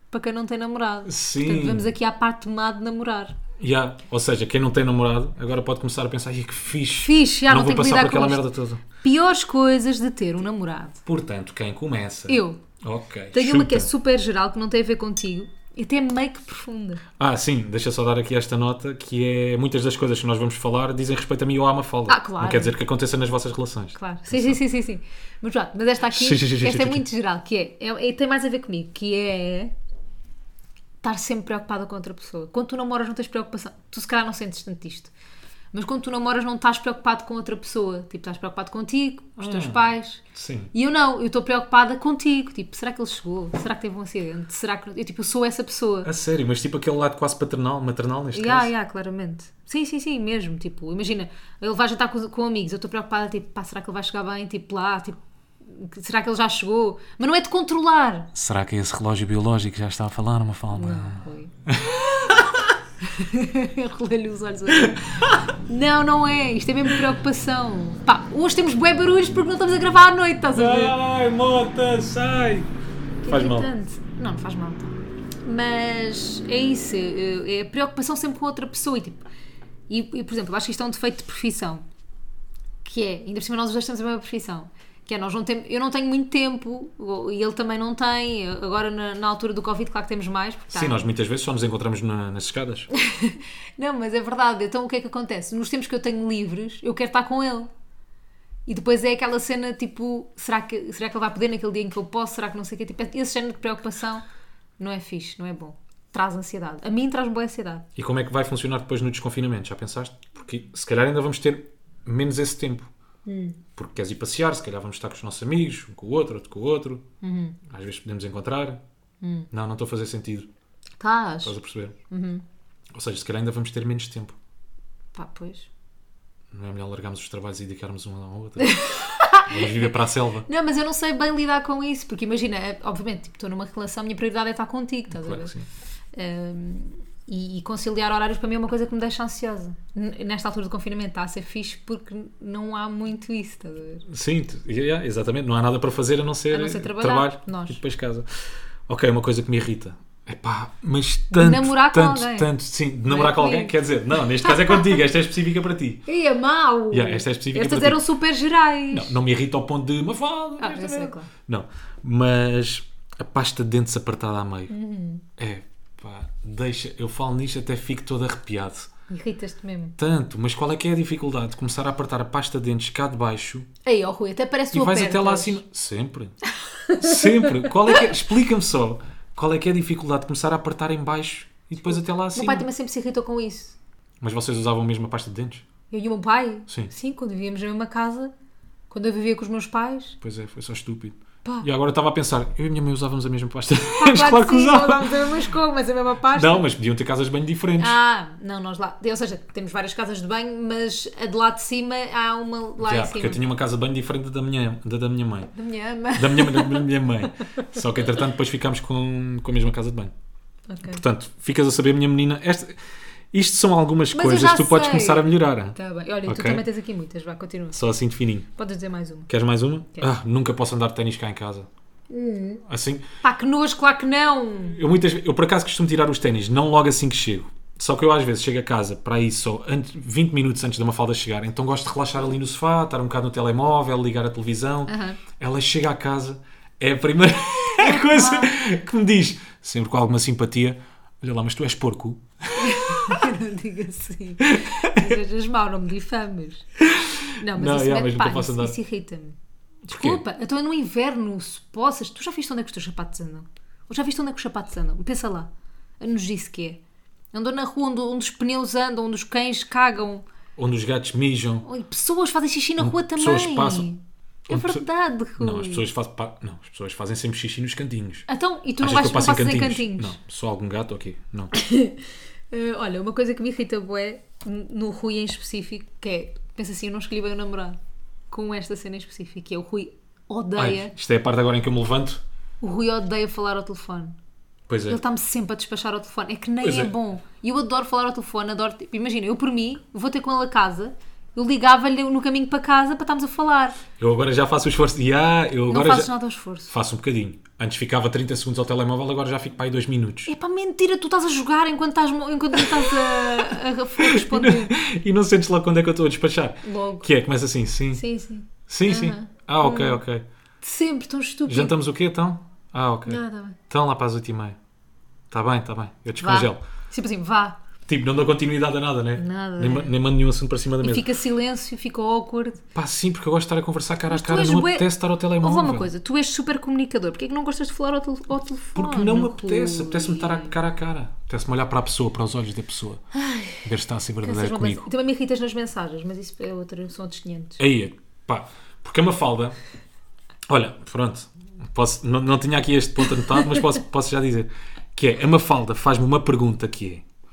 Speaker 2: para quem não tem namorado.
Speaker 1: Sim.
Speaker 2: Portanto, vamos aqui à parte má de namorar.
Speaker 1: Yeah. Ou seja, quem não tem namorado, agora pode começar a pensar, "Ai, que fixe.
Speaker 2: Fixe, já
Speaker 1: não
Speaker 2: não
Speaker 1: vou
Speaker 2: tenho que
Speaker 1: passar por
Speaker 2: lidar com
Speaker 1: aquela
Speaker 2: isto.
Speaker 1: merda toda.
Speaker 2: Piores coisas de ter um namorado.
Speaker 1: Portanto, quem começa?
Speaker 2: Eu.
Speaker 1: Ok.
Speaker 2: Tenho uma que é
Speaker 1: chuta.
Speaker 2: super geral, que não tem a ver contigo, e até meio que profunda.
Speaker 1: Ah, sim, deixa só dar aqui esta nota que é muitas das coisas que nós vamos falar dizem respeito a mim ou à Mafalda.
Speaker 2: Ah, claro.
Speaker 1: Não quer dizer que aconteça nas vossas relações.
Speaker 2: Claro, sim, sim, sim, sim, sim. Mas pronto, mas esta aqui,
Speaker 1: Sim, sim, sim, sim,
Speaker 2: esta é
Speaker 1: sim.
Speaker 2: muito geral, que é, é- é- tem mais a ver comigo, que é estar sempre preocupada com outra pessoa. Quando tu namoras não tens preocupação, tu se calhar não sentes tanto isto, mas quando tu namoras não estás preocupado com outra pessoa, tipo, estás preocupado contigo, com os teus
Speaker 1: Ah.
Speaker 2: pais,
Speaker 1: Sim.
Speaker 2: e eu não, eu estou preocupada contigo, tipo, será que ele chegou? Será que teve um acidente? Será que... não- Eu tipo, eu sou essa pessoa.
Speaker 1: A sério, mas tipo aquele lado quase paternal, maternal neste
Speaker 2: Ya,
Speaker 1: caso.
Speaker 2: ya, claramente. Sim, sim, sim, mesmo. Tipo, imagina, ele vai jantar com, com amigos, eu estou preocupada, tipo, pá, será que ele vai chegar bem, tipo, lá, tipo, que- será que ele já chegou? Mas não é de controlar.
Speaker 1: Será que é esse relógio biológico que já está a falar, Mafalda?
Speaker 2: Não, Rui. Relei-lhe os olhos assim. Não, não é. Isto é mesmo preocupação. Pá, hoje temos bué barulhos porque não estamos a gravar à noite, estás a ver?
Speaker 1: Ai, mota, sai!
Speaker 2: Que
Speaker 1: Faz mal.
Speaker 2: irritante. Não, não faz mal. tá. Mas é isso, é é a preocupação sempre com outra pessoa. E, tipo, e, e, por exemplo, eu acho que isto é um defeito de profissão. Que é, ainda por cima nós os dois temos a mesma profissão. Que é, nós não temos, eu não tenho muito tempo ou- e ele também não tem. Agora, na, na altura do Covid, claro que temos mais. porque tá-
Speaker 1: Sim, nós muitas vezes só nos encontramos na- nas escadas.
Speaker 2: Não, mas é verdade. Então o que é que acontece? Nos tempos que eu tenho livres, eu quero estar com ele. E depois é aquela cena tipo: será que, será que ele vai poder naquele dia em que eu posso? Será que não sei o quê? Tipo, esse género de preocupação não é fixe, não é bom. Traz ansiedade. A mim traz-me boa ansiedade.
Speaker 1: E como é que vai funcionar depois no desconfinamento? Já pensaste? Porque se calhar ainda vamos ter menos esse tempo. Porque queres ir passear, se calhar vamos estar com os nossos amigos, um com o outro, outro com o outro. Às vezes podemos encontrar. Não, não estou a fazer sentido.
Speaker 2: Estás?
Speaker 1: Estás a perceber? Ou seja, se calhar ainda vamos ter menos tempo.
Speaker 2: Pá, pois.
Speaker 1: Não é melhor largarmos os trabalhos e dedicarmos um ao outro? vamos viver para a selva.
Speaker 2: Não, mas eu não sei bem lidar com isso, porque imagina, é- obviamente, tipo, estou numa relação, a minha prioridade é estar contigo, estás a
Speaker 1: Claro
Speaker 2: ver?
Speaker 1: que sim.
Speaker 2: Um, e, e conciliar horários para mim é uma coisa que me deixa ansiosa. N- Nesta altura do confinamento está a ser fixe porque não há muito isso, estás a ver?
Speaker 1: Sim, tu- yeah, yeah, exatamente. Não há nada para fazer a não ser,
Speaker 2: A não ser trabalhar,
Speaker 1: trabalho
Speaker 2: nós.
Speaker 1: e depois casa. Ok, uma coisa que me irrita. Epá, mas tanto,
Speaker 2: namorar com
Speaker 1: tanto,
Speaker 2: alguém.
Speaker 1: tanto, sim, de
Speaker 2: Não é
Speaker 1: namorar com alguém,
Speaker 2: comigo.
Speaker 1: quer dizer, não, neste caso é contigo, esta é específica para ti.
Speaker 2: Ei, é mau!
Speaker 1: Yeah, esta é específica
Speaker 2: Estas
Speaker 1: para ti.
Speaker 2: eram super gerais.
Speaker 1: Não, não me irrita ao ponto de Mafalda.
Speaker 2: Ah,
Speaker 1: esta
Speaker 2: eu sei,
Speaker 1: merda.
Speaker 2: claro.
Speaker 1: Não, mas a pasta de dentes apertada a meio.
Speaker 2: Uhum.
Speaker 1: É, pá, deixa, eu falo nisto até fico todo arrepiado.
Speaker 2: Irritas-te mesmo.
Speaker 1: Tanto, mas qual é que é a dificuldade de começar a apertar a pasta de dentes cá de baixo
Speaker 2: Ei, ó Rui, até parece
Speaker 1: E
Speaker 2: tu
Speaker 1: vais
Speaker 2: apertas.
Speaker 1: até lá assim. Sempre. Sempre. Qual é que é- Explica-me só. Qual é que é a dificuldade de começar a apertar em baixo e depois até lá
Speaker 2: O
Speaker 1: assim?
Speaker 2: meu pai também sempre se irritou com isso.
Speaker 1: Mas vocês usavam mesmo a pasta de dentes?
Speaker 2: Eu e o meu pai?
Speaker 1: Sim.
Speaker 2: quando vivíamos na mesma casa, quando eu vivia com os meus pais.
Speaker 1: Pois é, foi só estúpido.
Speaker 2: Pá.
Speaker 1: E agora eu estava a pensar, eu e a minha mãe usávamos a mesma pasta de
Speaker 2: Pá,
Speaker 1: dentes, claro que
Speaker 2: sim, não
Speaker 1: usávamos.
Speaker 2: dávamos a mesma escova, mas a mesma pasta.
Speaker 1: Não, mas podiam ter casas bem diferentes.
Speaker 2: Ah, não, nós lá. Ou seja, temos várias casas de banho, mas a de lá de cima há uma lá
Speaker 1: Já,
Speaker 2: em
Speaker 1: porque
Speaker 2: cima.
Speaker 1: eu tinha uma casa bem diferente da minha, da, da minha mãe.
Speaker 2: Da minha ama.
Speaker 1: Da minha, da minha mãe. Só que entretanto depois ficámos com, com a mesma casa de banho.
Speaker 2: Ok.
Speaker 1: Portanto, ficas a saber, minha menina, esta- isto são algumas
Speaker 2: Mas eu
Speaker 1: coisas
Speaker 2: já
Speaker 1: que tu podes
Speaker 2: sei.
Speaker 1: começar a melhorar.
Speaker 2: Tá bem. Olha, tu
Speaker 1: Ok.
Speaker 2: também tens aqui muitas, vá, continua.
Speaker 1: Só assim de fininho.
Speaker 2: Podes dizer mais uma.
Speaker 1: Queres mais uma?
Speaker 2: Quero. Hum.
Speaker 1: Ah, nunca posso andar de ténis cá em casa. Assim,
Speaker 2: Pá, que nojo, claro que não!
Speaker 1: eu muitas eu por acaso costumo tirar os ténis, não logo assim que chego. Só que eu às vezes chego a casa para aí só antes, 20 minutos antes da Mafalda chegar, então gosto de relaxar ali no sofá, estar um bocado no telemóvel, ligar a televisão.
Speaker 2: Aham.
Speaker 1: Ela chega a casa, é a primeira coisa que me diz, sempre com alguma simpatia: Olha lá, mas tu és porco.
Speaker 2: não diga assim. Não sejas mau, não me difames. Não, mas
Speaker 1: Não,
Speaker 2: isso,
Speaker 1: yeah,
Speaker 2: mete
Speaker 1: mas nunca
Speaker 2: pá,
Speaker 1: posso
Speaker 2: isso,
Speaker 1: andar.
Speaker 2: isso irrita-me. Desculpa, eu estou no inverno, se possas. Tu já viste onde é que os teus sapatos andam? Ou já viste onde é que os sapatos andam? Pensa lá. A nojice que é. Andou na rua onde, onde os pneus andam, onde os cães cagam.
Speaker 1: Onde os gatos mijam.
Speaker 2: Oi, pessoas fazem xixi na rua também.
Speaker 1: Hum, pessoas passam.
Speaker 2: É
Speaker 1: Onde pessoa-
Speaker 2: verdade, Rui.
Speaker 1: Não, as pessoas fazem, pá, não, as pessoas fazem sempre xixi nos cantinhos.
Speaker 2: Então, e tu não
Speaker 1: Achas
Speaker 2: vais
Speaker 1: que eu
Speaker 2: não
Speaker 1: passo em
Speaker 2: passas em
Speaker 1: cantinhos?
Speaker 2: cantinhos?
Speaker 1: Não, só algum gato aqui. Não.
Speaker 2: Eh, olha, uma coisa que me irrita bué, n- no Rui em específico, que é, pensa assim, eu não escolhi bem o namorado, com esta cena em específico, que é o Rui odeia,
Speaker 1: Ai, isto é a parte agora em que eu me levanto.
Speaker 2: o Rui odeia falar ao telefone.
Speaker 1: Pois é.
Speaker 2: Ele tá- está-me sempre a despachar ao telefone, é que nem
Speaker 1: Pois
Speaker 2: é,
Speaker 1: é.
Speaker 2: bom. E eu adoro falar ao telefone, adoro, tipo, imagina, eu por mim, vou ter com ele a casa, eu ligava-lhe no caminho para casa para estarmos a falar.
Speaker 1: Eu agora já faço o esforço de. Ah, eu agora
Speaker 2: não
Speaker 1: já.
Speaker 2: fazes nada ao esforço.
Speaker 1: Faço um bocadinho. Antes ficava 30 segundos ao telemóvel, agora já fico para aí 2 minutos.
Speaker 2: É para mentira, tu estás a jogar enquanto estás, mo- enquanto não estás a, a, a responder.
Speaker 1: e não sentes lá quando é que eu estou a despachar.
Speaker 2: Logo.
Speaker 1: Que é, começa assim, sim. Sim,
Speaker 2: Sim, sim.
Speaker 1: sim.
Speaker 2: Aham. Uhum.
Speaker 1: Ah, ok, ok.
Speaker 2: Sempre tão estúpido.
Speaker 1: Jantamos o quê então? Ah, ok.
Speaker 2: Nada.
Speaker 1: Então lá para as 8h30. Está Tá bem, está bem. Eu descongelo.
Speaker 2: Sempre assim, vá.
Speaker 1: Tipo, não dou continuidade a nada, né?
Speaker 2: Nada.
Speaker 1: Nem, ma- nem mando nenhum assunto para cima da
Speaker 2: E
Speaker 1: mesa.
Speaker 2: fica silêncio, fica awkward.
Speaker 1: Pá, sim, porque eu gosto de estar a conversar cara a
Speaker 2: tu
Speaker 1: cara,
Speaker 2: és
Speaker 1: não
Speaker 2: bué-
Speaker 1: apetece estar ao telemóvel.
Speaker 2: Ouve lá uma coisa, tu és super comunicador, porquê é que não gostas de falar ao, tel- ao telefone?
Speaker 1: Porque não me
Speaker 2: Rui?
Speaker 1: apetece, apetece-me estar a cara a cara. Apetece-me olhar para a pessoa, para os olhos da pessoa. Ver se está a ser
Speaker 2: Cansas-me
Speaker 1: verdadeiro
Speaker 2: uma vez.
Speaker 1: comigo.
Speaker 2: Também me irritas nas mensagens, mas isso é outro, são outros 500.
Speaker 1: Aí, pá, porque a Mafalda. Olha, pronto. Posso, não, não tinha aqui este ponto anotado, mas posso, posso já dizer. Que é, a Mafalda faz-me uma pergunta que é: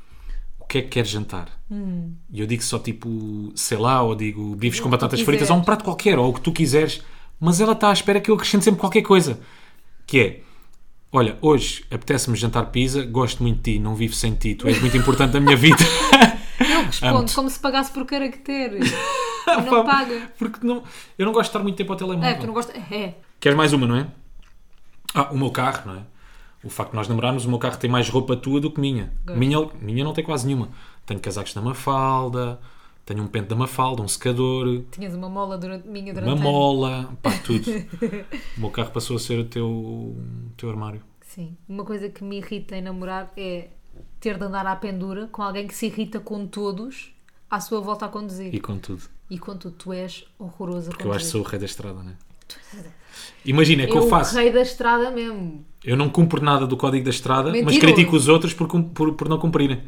Speaker 1: O que é que queres jantar?
Speaker 2: Hum.
Speaker 1: E eu digo só tipo, sei lá, ou digo bifes com batatas
Speaker 2: quiseres.
Speaker 1: fritas, ou um prato qualquer, ou o que tu quiseres, mas ela está à espera que eu acrescente sempre qualquer coisa. Que é: Olha, hoje apetece-me jantar pizza, gosto muito de ti, não vivo sem ti, tu és muito importante na minha vida.
Speaker 2: Eu respondo
Speaker 1: Amo-te.
Speaker 2: como se pagasse por caracteres. E não paga.
Speaker 1: Porque não, eu não gosto de estar muito tempo ao telemóvel.
Speaker 2: É, tu não gostas. É.
Speaker 1: Queres mais uma, não é? Ah, o meu carro, não é? O facto de nós namorarmos, o meu carro tem mais roupa tua do que minha.
Speaker 2: Gosto.
Speaker 1: Minha, minha não tem quase nenhuma. Tenho casacos da Mafalda, tenho um pente da Mafalda, um secador,
Speaker 2: Tinhas uma mola durante, minha durante
Speaker 1: uma
Speaker 2: anos.
Speaker 1: mola, pá, tudo. o meu carro passou a ser o teu, o teu armário.
Speaker 2: Sim. Uma coisa que me irrita em namorar é ter de andar à pendura com alguém que se irrita com todos à sua volta a conduzir.
Speaker 1: E com tudo.
Speaker 2: E contudo, tu és horrorosa
Speaker 1: Porque eu acho que sou o rei da estrada, não é?
Speaker 2: és-
Speaker 1: Imagina, é que
Speaker 2: eu
Speaker 1: eu faço.
Speaker 2: rei da estrada mesmo.
Speaker 1: Eu não cumpro nada do código da estrada, mas
Speaker 2: Mentiroso.
Speaker 1: critico os outros por, cum- por, por não cumprirem.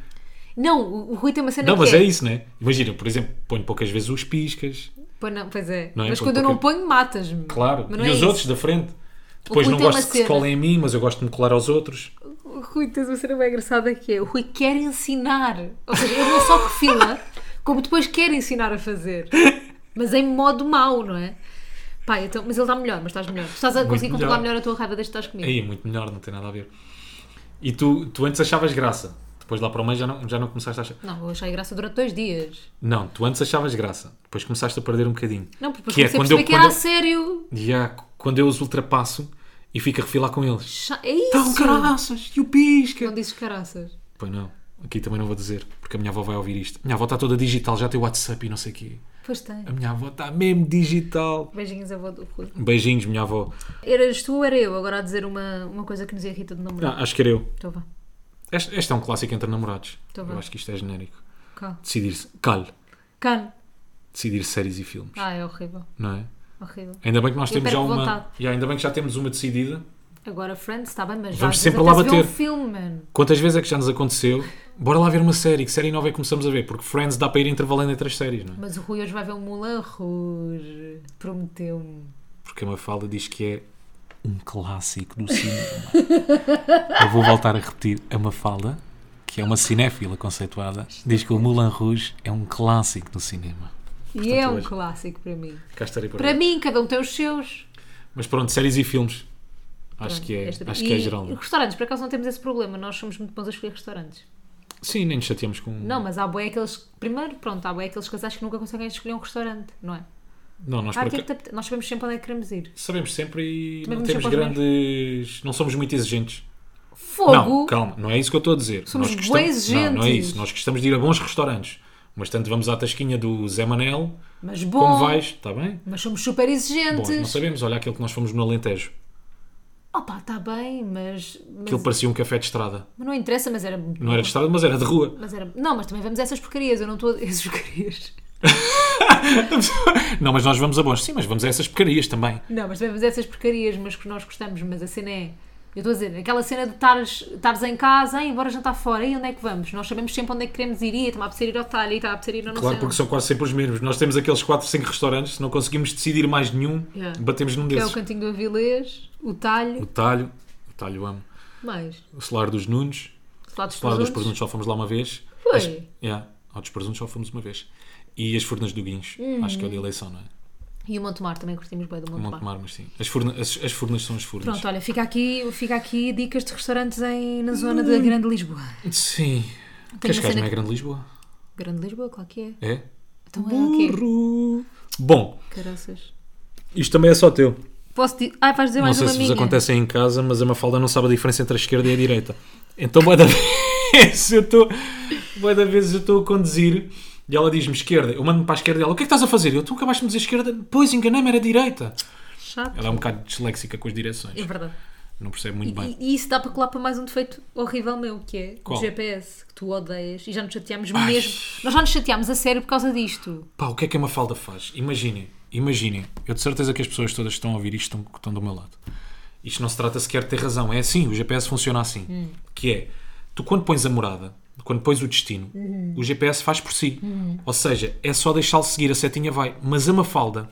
Speaker 2: Não, o o Rui tem uma cena
Speaker 1: Não,
Speaker 2: que
Speaker 1: mas
Speaker 2: é...
Speaker 1: é isso, não é? Imagina, por exemplo, ponho poucas vezes os piscas,
Speaker 2: Pois, não, pois é.
Speaker 1: Não é?
Speaker 2: Mas
Speaker 1: Põe
Speaker 2: quando eu não
Speaker 1: qualquer-
Speaker 2: ponho, matas-me.
Speaker 1: Claro.
Speaker 2: Mas
Speaker 1: E
Speaker 2: não é
Speaker 1: os
Speaker 2: isso.
Speaker 1: outros da frente. Depois
Speaker 2: Rui
Speaker 1: não
Speaker 2: tem uma
Speaker 1: gosto que se
Speaker 2: cena.
Speaker 1: colem a mim, mas eu gosto de me colar aos outros.
Speaker 2: O Rui tens uma cena bem engraçada que é o Rui quer ensinar. Ou seja, ele não só refila, como depois quer ensinar a fazer. Mas em modo mau, não é? Pá, então, mas ele está melhor, mas estás melhor. Tu Estás a
Speaker 1: Muito
Speaker 2: conseguir controlar
Speaker 1: melhor. É
Speaker 2: melhor a tua raiva desde que estás comigo.
Speaker 1: Aí, muito melhor, não tem nada a ver. E tu, tu antes achavas graça. Depois lá para o meio já não, já não começaste a achar.
Speaker 2: Não, eu achei graça durante dois dias.
Speaker 1: Não, tu antes achavas graça. Depois começaste a perder um bocadinho.
Speaker 2: Não, porque
Speaker 1: Que é
Speaker 2: depois comecei
Speaker 1: quando
Speaker 2: a perceber
Speaker 1: eu-
Speaker 2: que era a
Speaker 1: quando eu-
Speaker 2: sério.
Speaker 1: E há- quando eu os ultrapasso e fico a refilar com eles.
Speaker 2: Cha- É isso.
Speaker 1: Então, caraças, e o pisca.
Speaker 2: Não dizes caraças.
Speaker 1: Pois não, aqui também não vou dizer, porque a minha avó vai ouvir isto. A minha avó está toda digital, já tem WhatsApp e não sei o quê.
Speaker 2: Pois tem.
Speaker 1: A minha avó está mesmo digital.
Speaker 2: Beijinhos, avó do Rui.
Speaker 1: Beijinhos, minha avó.
Speaker 2: Eras tu ou era eu agora a dizer uma, uma coisa que nos irrita de namorar?
Speaker 1: Ah, acho que era eu.
Speaker 2: Então vá.
Speaker 1: Este, este é um clássico entre namorados.
Speaker 2: Tá bem.
Speaker 1: eu acho que isto é genérico.
Speaker 2: Cá.
Speaker 1: Decidir, calho,
Speaker 2: Cano.
Speaker 1: decidir séries e filmes,
Speaker 2: Ah, é horrível.
Speaker 1: não é?
Speaker 2: Horrível.
Speaker 1: Ainda bem que nós
Speaker 2: Eu
Speaker 1: temos já
Speaker 2: perco
Speaker 1: uma,
Speaker 2: vontade.
Speaker 1: Yeah, ainda bem que já temos uma decidida.
Speaker 2: Agora Friends está bem, mas
Speaker 1: Vamos
Speaker 2: às vezes
Speaker 1: sempre lá
Speaker 2: até se vê
Speaker 1: bater.
Speaker 2: um filme, mano.
Speaker 1: Quantas vezes é que já nos aconteceu? Bora lá ver uma série, que série nova é que começamos a ver? Porque Friends dá para ir intervalando entre as séries, não é?
Speaker 2: Mas o Rui hoje vai ver o Mulan Rouge. Prometeu-me.
Speaker 1: Porque a Mafalda diz que é um clássico do cinema. eu vou voltar a repetir, a Mafalda, que é uma cinéfila conceituada, diz que o Moulin Rouge é um clássico do cinema.
Speaker 2: E é um
Speaker 1: hoje-
Speaker 2: clássico para mim.
Speaker 1: Cá estarei
Speaker 2: Para mim, cada um tem os seus.
Speaker 1: Mas pronto, séries e filmes. Acho
Speaker 2: Pronto,
Speaker 1: que é,
Speaker 2: esta-
Speaker 1: acho que é
Speaker 2: e-
Speaker 1: geral.
Speaker 2: E restaurantes, por acaso não temos esse problema. Nós somos muito bons a escolher restaurantes.
Speaker 1: Sim, nem nos chateamos com.
Speaker 2: Não,
Speaker 1: Não,
Speaker 2: mas há boi aqueles. Primeiro, pronto, há boi aqueles casais que nunca conseguem escolher um restaurante, não é?
Speaker 1: nós
Speaker 2: Ah,
Speaker 1: por
Speaker 2: o que
Speaker 1: aca-
Speaker 2: é que te apete- Nós sabemos sempre onde é que queremos ir.
Speaker 1: sabemos sempre e
Speaker 2: Também
Speaker 1: não
Speaker 2: vamos
Speaker 1: temos
Speaker 2: sempre aos
Speaker 1: grandes. Não somos muito exigentes.
Speaker 2: Fogo!
Speaker 1: Não, calma, não é isso que eu estou a dizer.
Speaker 2: Somos
Speaker 1: que
Speaker 2: bué
Speaker 1: estamos- Não, não é
Speaker 2: exigentes.
Speaker 1: isso. Nós gostamos de ir a bons restaurantes. Mas tanto vamos à tasquinha do Zé Manel,
Speaker 2: Mas
Speaker 1: como
Speaker 2: bom,
Speaker 1: vais, está bem?
Speaker 2: mas somos super
Speaker 1: Bom, não
Speaker 2: exigentes.
Speaker 1: sabemos, olha aquele que nós fomos no Alentejo.
Speaker 2: Opa, está bem, mas, mas,
Speaker 1: Aquilo parecia um café de estrada.
Speaker 2: mas não interessa, mas era muito
Speaker 1: Não era de estrada, mas era de rua.
Speaker 2: Mas era... Não, mas também vamos a essas porcarias, eu não estou a... Essas porcarias.
Speaker 1: Não, mas nós vamos a bons. Sim, mas vamos a essas porcarias também.
Speaker 2: Não, mas também vamos a essas porcarias, mas que nós gostamos, mas a cena é... Eu estou a dizer, aquela cena de estares estares em casa, hein, bora jantar fora, e onde é que vamos? Nós sabemos sempre onde é que queremos ir, e está-me a apetecer ir ao talho, e está a apetecer ir ao não
Speaker 1: Claro,
Speaker 2: sei
Speaker 1: porque
Speaker 2: onde.
Speaker 1: são quase sempre os mesmos. Nós temos aqueles 4, 5 restaurantes, se não conseguimos decidir mais nenhum,
Speaker 2: Yeah.
Speaker 1: batemos num
Speaker 2: Que é o
Speaker 1: desses.
Speaker 2: Cantinho do Avilés, o talho,
Speaker 1: O talho, o talho amo.
Speaker 2: mais...
Speaker 1: O celular dos Nunes.
Speaker 2: Lá dos
Speaker 1: Claro, dos
Speaker 2: presuntos.
Speaker 1: presuntos só fomos lá uma vez.
Speaker 2: Foi?
Speaker 1: As, yeah, ao dos presuntos só fomos uma vez. E as furnas do Guincho,
Speaker 2: Hum.
Speaker 1: acho que é o de eleição, não é?
Speaker 2: E o Montemar, também curtimos bem do Montemar.
Speaker 1: Montemar, mas sim. As furnas, as, as furnas são as furnas.
Speaker 2: Pronto, olha, fica aqui, fica aqui dicas de restaurantes em, na
Speaker 1: Hum.
Speaker 2: zona da Grande Lisboa.
Speaker 1: Sim. Cascais
Speaker 2: cena
Speaker 1: não é
Speaker 2: que-
Speaker 1: grande Lisboa?
Speaker 2: Grande Lisboa, claro que é.
Speaker 1: É?
Speaker 2: Então é o quê?
Speaker 1: Burro. Bom,
Speaker 2: Caraças.
Speaker 1: isto também é só teu.
Speaker 2: Posso dizer... Ai, vais dizer
Speaker 1: Não
Speaker 2: mais
Speaker 1: sei
Speaker 2: uma
Speaker 1: se vos
Speaker 2: minha.
Speaker 1: acontece aí em casa, mas a Mafalda não sabe a diferença entre a esquerda e a direita. Então, boa da vez eu estou bué da vezes eu estou a conduzir e ela diz-me esquerda. Eu mando-me para a esquerda e ela, o que é que estás a fazer? Eu, tu acabaste de me dizer esquerda. Pois, enganei-me, era direita.
Speaker 2: Chato.
Speaker 1: Ela é um bocado disléxica com as direções.
Speaker 2: É verdade.
Speaker 1: Não percebe
Speaker 2: E,
Speaker 1: muito bem.
Speaker 2: e- e isso dá para colar para mais um defeito horrível meu, que é
Speaker 1: Qual?
Speaker 2: o GPS, que tu odeias e já nos chateámos
Speaker 1: Ai.
Speaker 2: mesmo. Nós já nos chateámos a sério por causa disto.
Speaker 1: Pá, o que é que a Mafalda faz? Imaginem, imaginem. Eu de certeza que as pessoas todas que estão a ouvir isto estão, que estão do meu lado. Isto não se trata sequer de ter razão. É assim, o GPS funciona assim.
Speaker 2: Hum.
Speaker 1: Que é, tu quando pões a morada, quando pões o destino,
Speaker 2: Uhum.
Speaker 1: o GPS faz por si. Ou seja, é só deixá-lo seguir, a setinha vai. Mas a Mafalda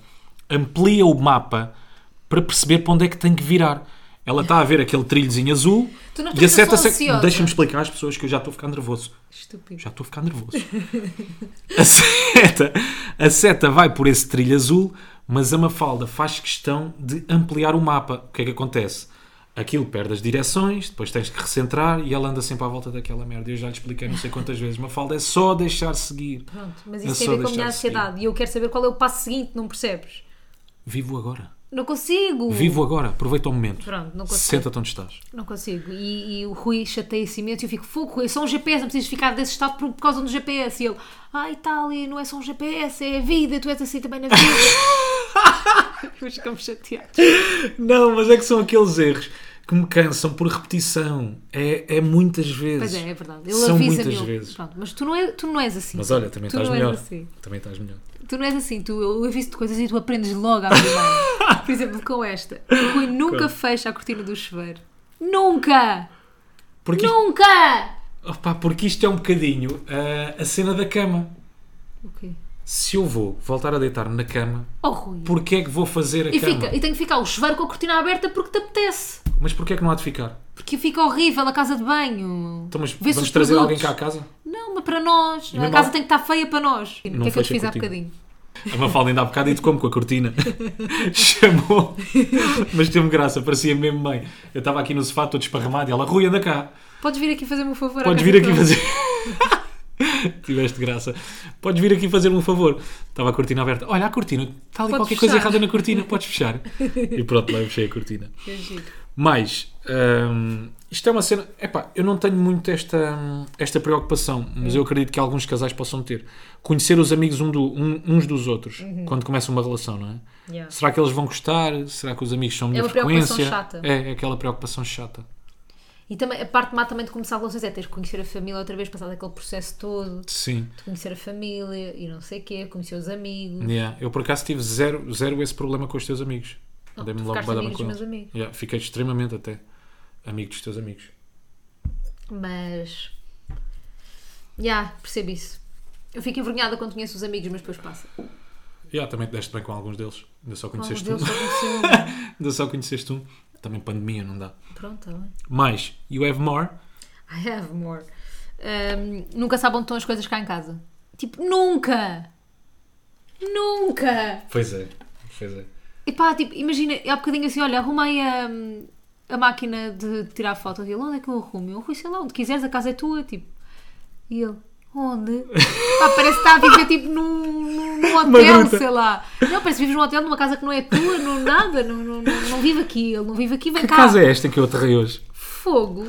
Speaker 1: amplia o mapa para perceber para onde é que tem que virar. Ela está a ver aquele trilhozinho azul
Speaker 2: Tu não
Speaker 1: e a
Speaker 2: estás
Speaker 1: seta...
Speaker 2: só
Speaker 1: se-
Speaker 2: ansiosa.
Speaker 1: Deixa-me explicar às pessoas que eu já estou a ficar nervoso.
Speaker 2: Estúpido.
Speaker 1: Já estou a ficar nervoso. A seta, a seta vai por esse trilho azul, mas a Mafalda faz questão de ampliar o mapa. O que é que acontece? Aquilo perde as direções, depois tens que recentrar e ela anda sempre à volta daquela merda. Eu já lhe expliquei não sei quantas vezes. Mafalda é só deixar seguir.
Speaker 2: Pronto, mas
Speaker 1: É
Speaker 2: isso tem
Speaker 1: só
Speaker 2: a ver com a minha
Speaker 1: deixar-se seguir.
Speaker 2: ansiedade e eu quero saber qual é o passo seguinte, não percebes?
Speaker 1: Vivo agora.
Speaker 2: Não consigo.
Speaker 1: Vivo agora. Aproveita o momento.
Speaker 2: Hum. Pronto, não consigo.
Speaker 1: Senta-te onde estás.
Speaker 2: Não consigo. E, e o Rui chateia-se imenso. e Eu fico, fogo, Rui, é só um GPS, não precisas ficar desse estado por, por causa um do GPS. E ele, ai, tal, e não é só um GPS, é a vida, tu és assim também na vida. Depois ficamos chateados.
Speaker 1: Não, mas é que são aqueles erros que me cansam por repetição. É, é muitas vezes.
Speaker 2: Pois é, é verdade. Ele
Speaker 1: São
Speaker 2: avisa
Speaker 1: muitas
Speaker 2: mil.
Speaker 1: vezes.
Speaker 2: Pronto, mas tu não, é, tu não és assim.
Speaker 1: Mas olha, também
Speaker 2: tu
Speaker 1: estás
Speaker 2: não
Speaker 1: melhor.
Speaker 2: És assim.
Speaker 1: Também estás melhor.
Speaker 2: Tu não és assim. Tu, eu aviso-te coisas e tu aprendes logo à primeira. Por exemplo, com esta. O Rui nunca fecha a cortina do chuveiro. Nunca!
Speaker 1: Porque isto-
Speaker 2: Nunca!
Speaker 1: Opá, porque isto é um bocadinho ah, a cena da cama.
Speaker 2: O quê?
Speaker 1: Se eu vou voltar a deitar-me na cama,
Speaker 2: Oh, Rui.
Speaker 1: porquê é que vou fazer a
Speaker 2: E,
Speaker 1: cama?
Speaker 2: fica, e tem que ficar o chuveiro com a cortina aberta porque te apetece.
Speaker 1: Mas porquê é que não há de ficar?
Speaker 2: Porque fica horrível a casa de banho.
Speaker 1: Então, mas
Speaker 2: Vê-se
Speaker 1: vamos
Speaker 2: os
Speaker 1: trazer
Speaker 2: produtos.
Speaker 1: alguém cá à casa?
Speaker 2: Não, mas para nós.
Speaker 1: mesmo
Speaker 2: a casa
Speaker 1: ao-
Speaker 2: tem que estar feia para nós. O que é que eu te
Speaker 1: fecha a
Speaker 2: fiz há
Speaker 1: cortina.
Speaker 2: bocadinho?
Speaker 1: A Mafalda ainda há bocado e te como com a cortina. Chamou. Mas teve graça, parecia mesmo bem. Eu estava aqui no sofá todo esparramado e ela, Rui, anda cá.
Speaker 2: Podes vir aqui fazer-me um favor à
Speaker 1: Podes
Speaker 2: casa
Speaker 1: vir aqui
Speaker 2: de banho.
Speaker 1: fazer. Tiveste graça. Podes vir aqui fazer um favor. Estava a cortina aberta. Olha, a cortina, está ali
Speaker 2: Podes
Speaker 1: qualquer coisa
Speaker 2: fechar.
Speaker 1: errada na cortina, podes fechar. E pronto, lá eu fechei a cortina.
Speaker 2: É giro.
Speaker 1: Mas hum, isto é uma cena. Epá, eu não tenho muito esta, hum, esta preocupação, mas
Speaker 2: Hum.
Speaker 1: eu acredito que alguns casais possam ter. Conhecer os amigos um do- um- uns dos outros
Speaker 2: Uhum.
Speaker 1: quando começa uma relação, não é?
Speaker 2: Yeah.
Speaker 1: Será que eles vão gostar? Será que os amigos são de
Speaker 2: É uma
Speaker 1: frequência?
Speaker 2: preocupação chata.
Speaker 1: É, é aquela preocupação chata.
Speaker 2: E também, a parte má também de começar relações é teres que conhecer a família outra vez, passar daquele processo todo, de
Speaker 1: Sim.
Speaker 2: conhecer a família e não sei o quê, conhecer os amigos.
Speaker 1: Yeah. Eu por acaso tive zero, zero esse problema com os teus amigos. Andei-me
Speaker 2: Oh, tu
Speaker 1: logo
Speaker 2: ficaste
Speaker 1: bué da bem
Speaker 2: amigo
Speaker 1: com
Speaker 2: dos
Speaker 1: eles.
Speaker 2: meus amigos.
Speaker 1: Yeah, Fiquei extremamente até amigo dos teus amigos.
Speaker 2: Mas. Já, percebo isso. Eu fico envergonhada quando conheço os amigos, mas depois passa.
Speaker 1: Yeah, também te deste bem com alguns deles. Ainda só
Speaker 2: Alguns
Speaker 1: conheceste
Speaker 2: deles
Speaker 1: um.
Speaker 2: só conheci um.
Speaker 1: Ainda só conheceste um. Também pandemia, não dá.
Speaker 2: Pronto, tá bem.
Speaker 1: Mais, you have more.
Speaker 2: I have more. Ahm, nunca sabem onde estão as coisas cá em casa. Tipo, nunca! Nunca!
Speaker 1: Pois é, pois é.
Speaker 2: E pá, tipo, imagina, há bocadinho assim, olha, arrumei a, a máquina de tirar foto. E ele, onde é que eu arrumo? Eu, Rui, sei lá, onde quiseres, a casa é tua, tipo. E ele, onde? pá, parece que está a viver, tipo, num, num- num hotel,
Speaker 1: gruta.
Speaker 2: sei lá. Não, parece que vives num hotel, numa casa que não é tua, não nada, não, não, não, não vive aqui. Ele não vive aqui, vem
Speaker 1: Que
Speaker 2: cá.
Speaker 1: casa é esta em que eu aterrei hoje?
Speaker 2: Fogo.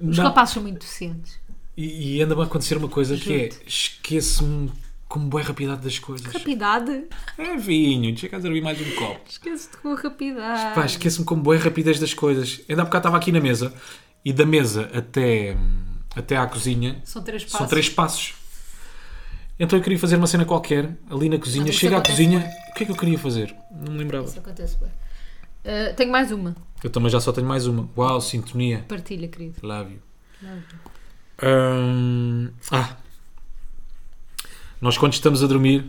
Speaker 2: Os
Speaker 1: Não.
Speaker 2: rapazes são muito docentes.
Speaker 1: E, e anda-me a acontecer uma coisa que
Speaker 2: Juro-te.
Speaker 1: é esqueço-me com boa rapidez das coisas.
Speaker 2: Rapidade.
Speaker 1: É vinho, deixa cá servir mais um copo.
Speaker 2: Esquece-te com a rapidez.
Speaker 1: Pá, esqueço-me com boa rapidez das coisas. Ainda há bocado estava aqui na mesa e da mesa até, até à cozinha
Speaker 2: São três passos.
Speaker 1: são três passos. Então eu queria fazer uma cena qualquer ali na cozinha.
Speaker 2: Ah, isso
Speaker 1: Chego à
Speaker 2: acontece
Speaker 1: cozinha, o que é que eu queria fazer? Não me lembrava.
Speaker 2: Isso acontece bem. Ah, tenho mais uma.
Speaker 1: Eu também já só tenho mais uma. Uau, sintonia.
Speaker 2: Partilha, querido.
Speaker 1: Love you. Hum, ah. Nós quando estamos a dormir,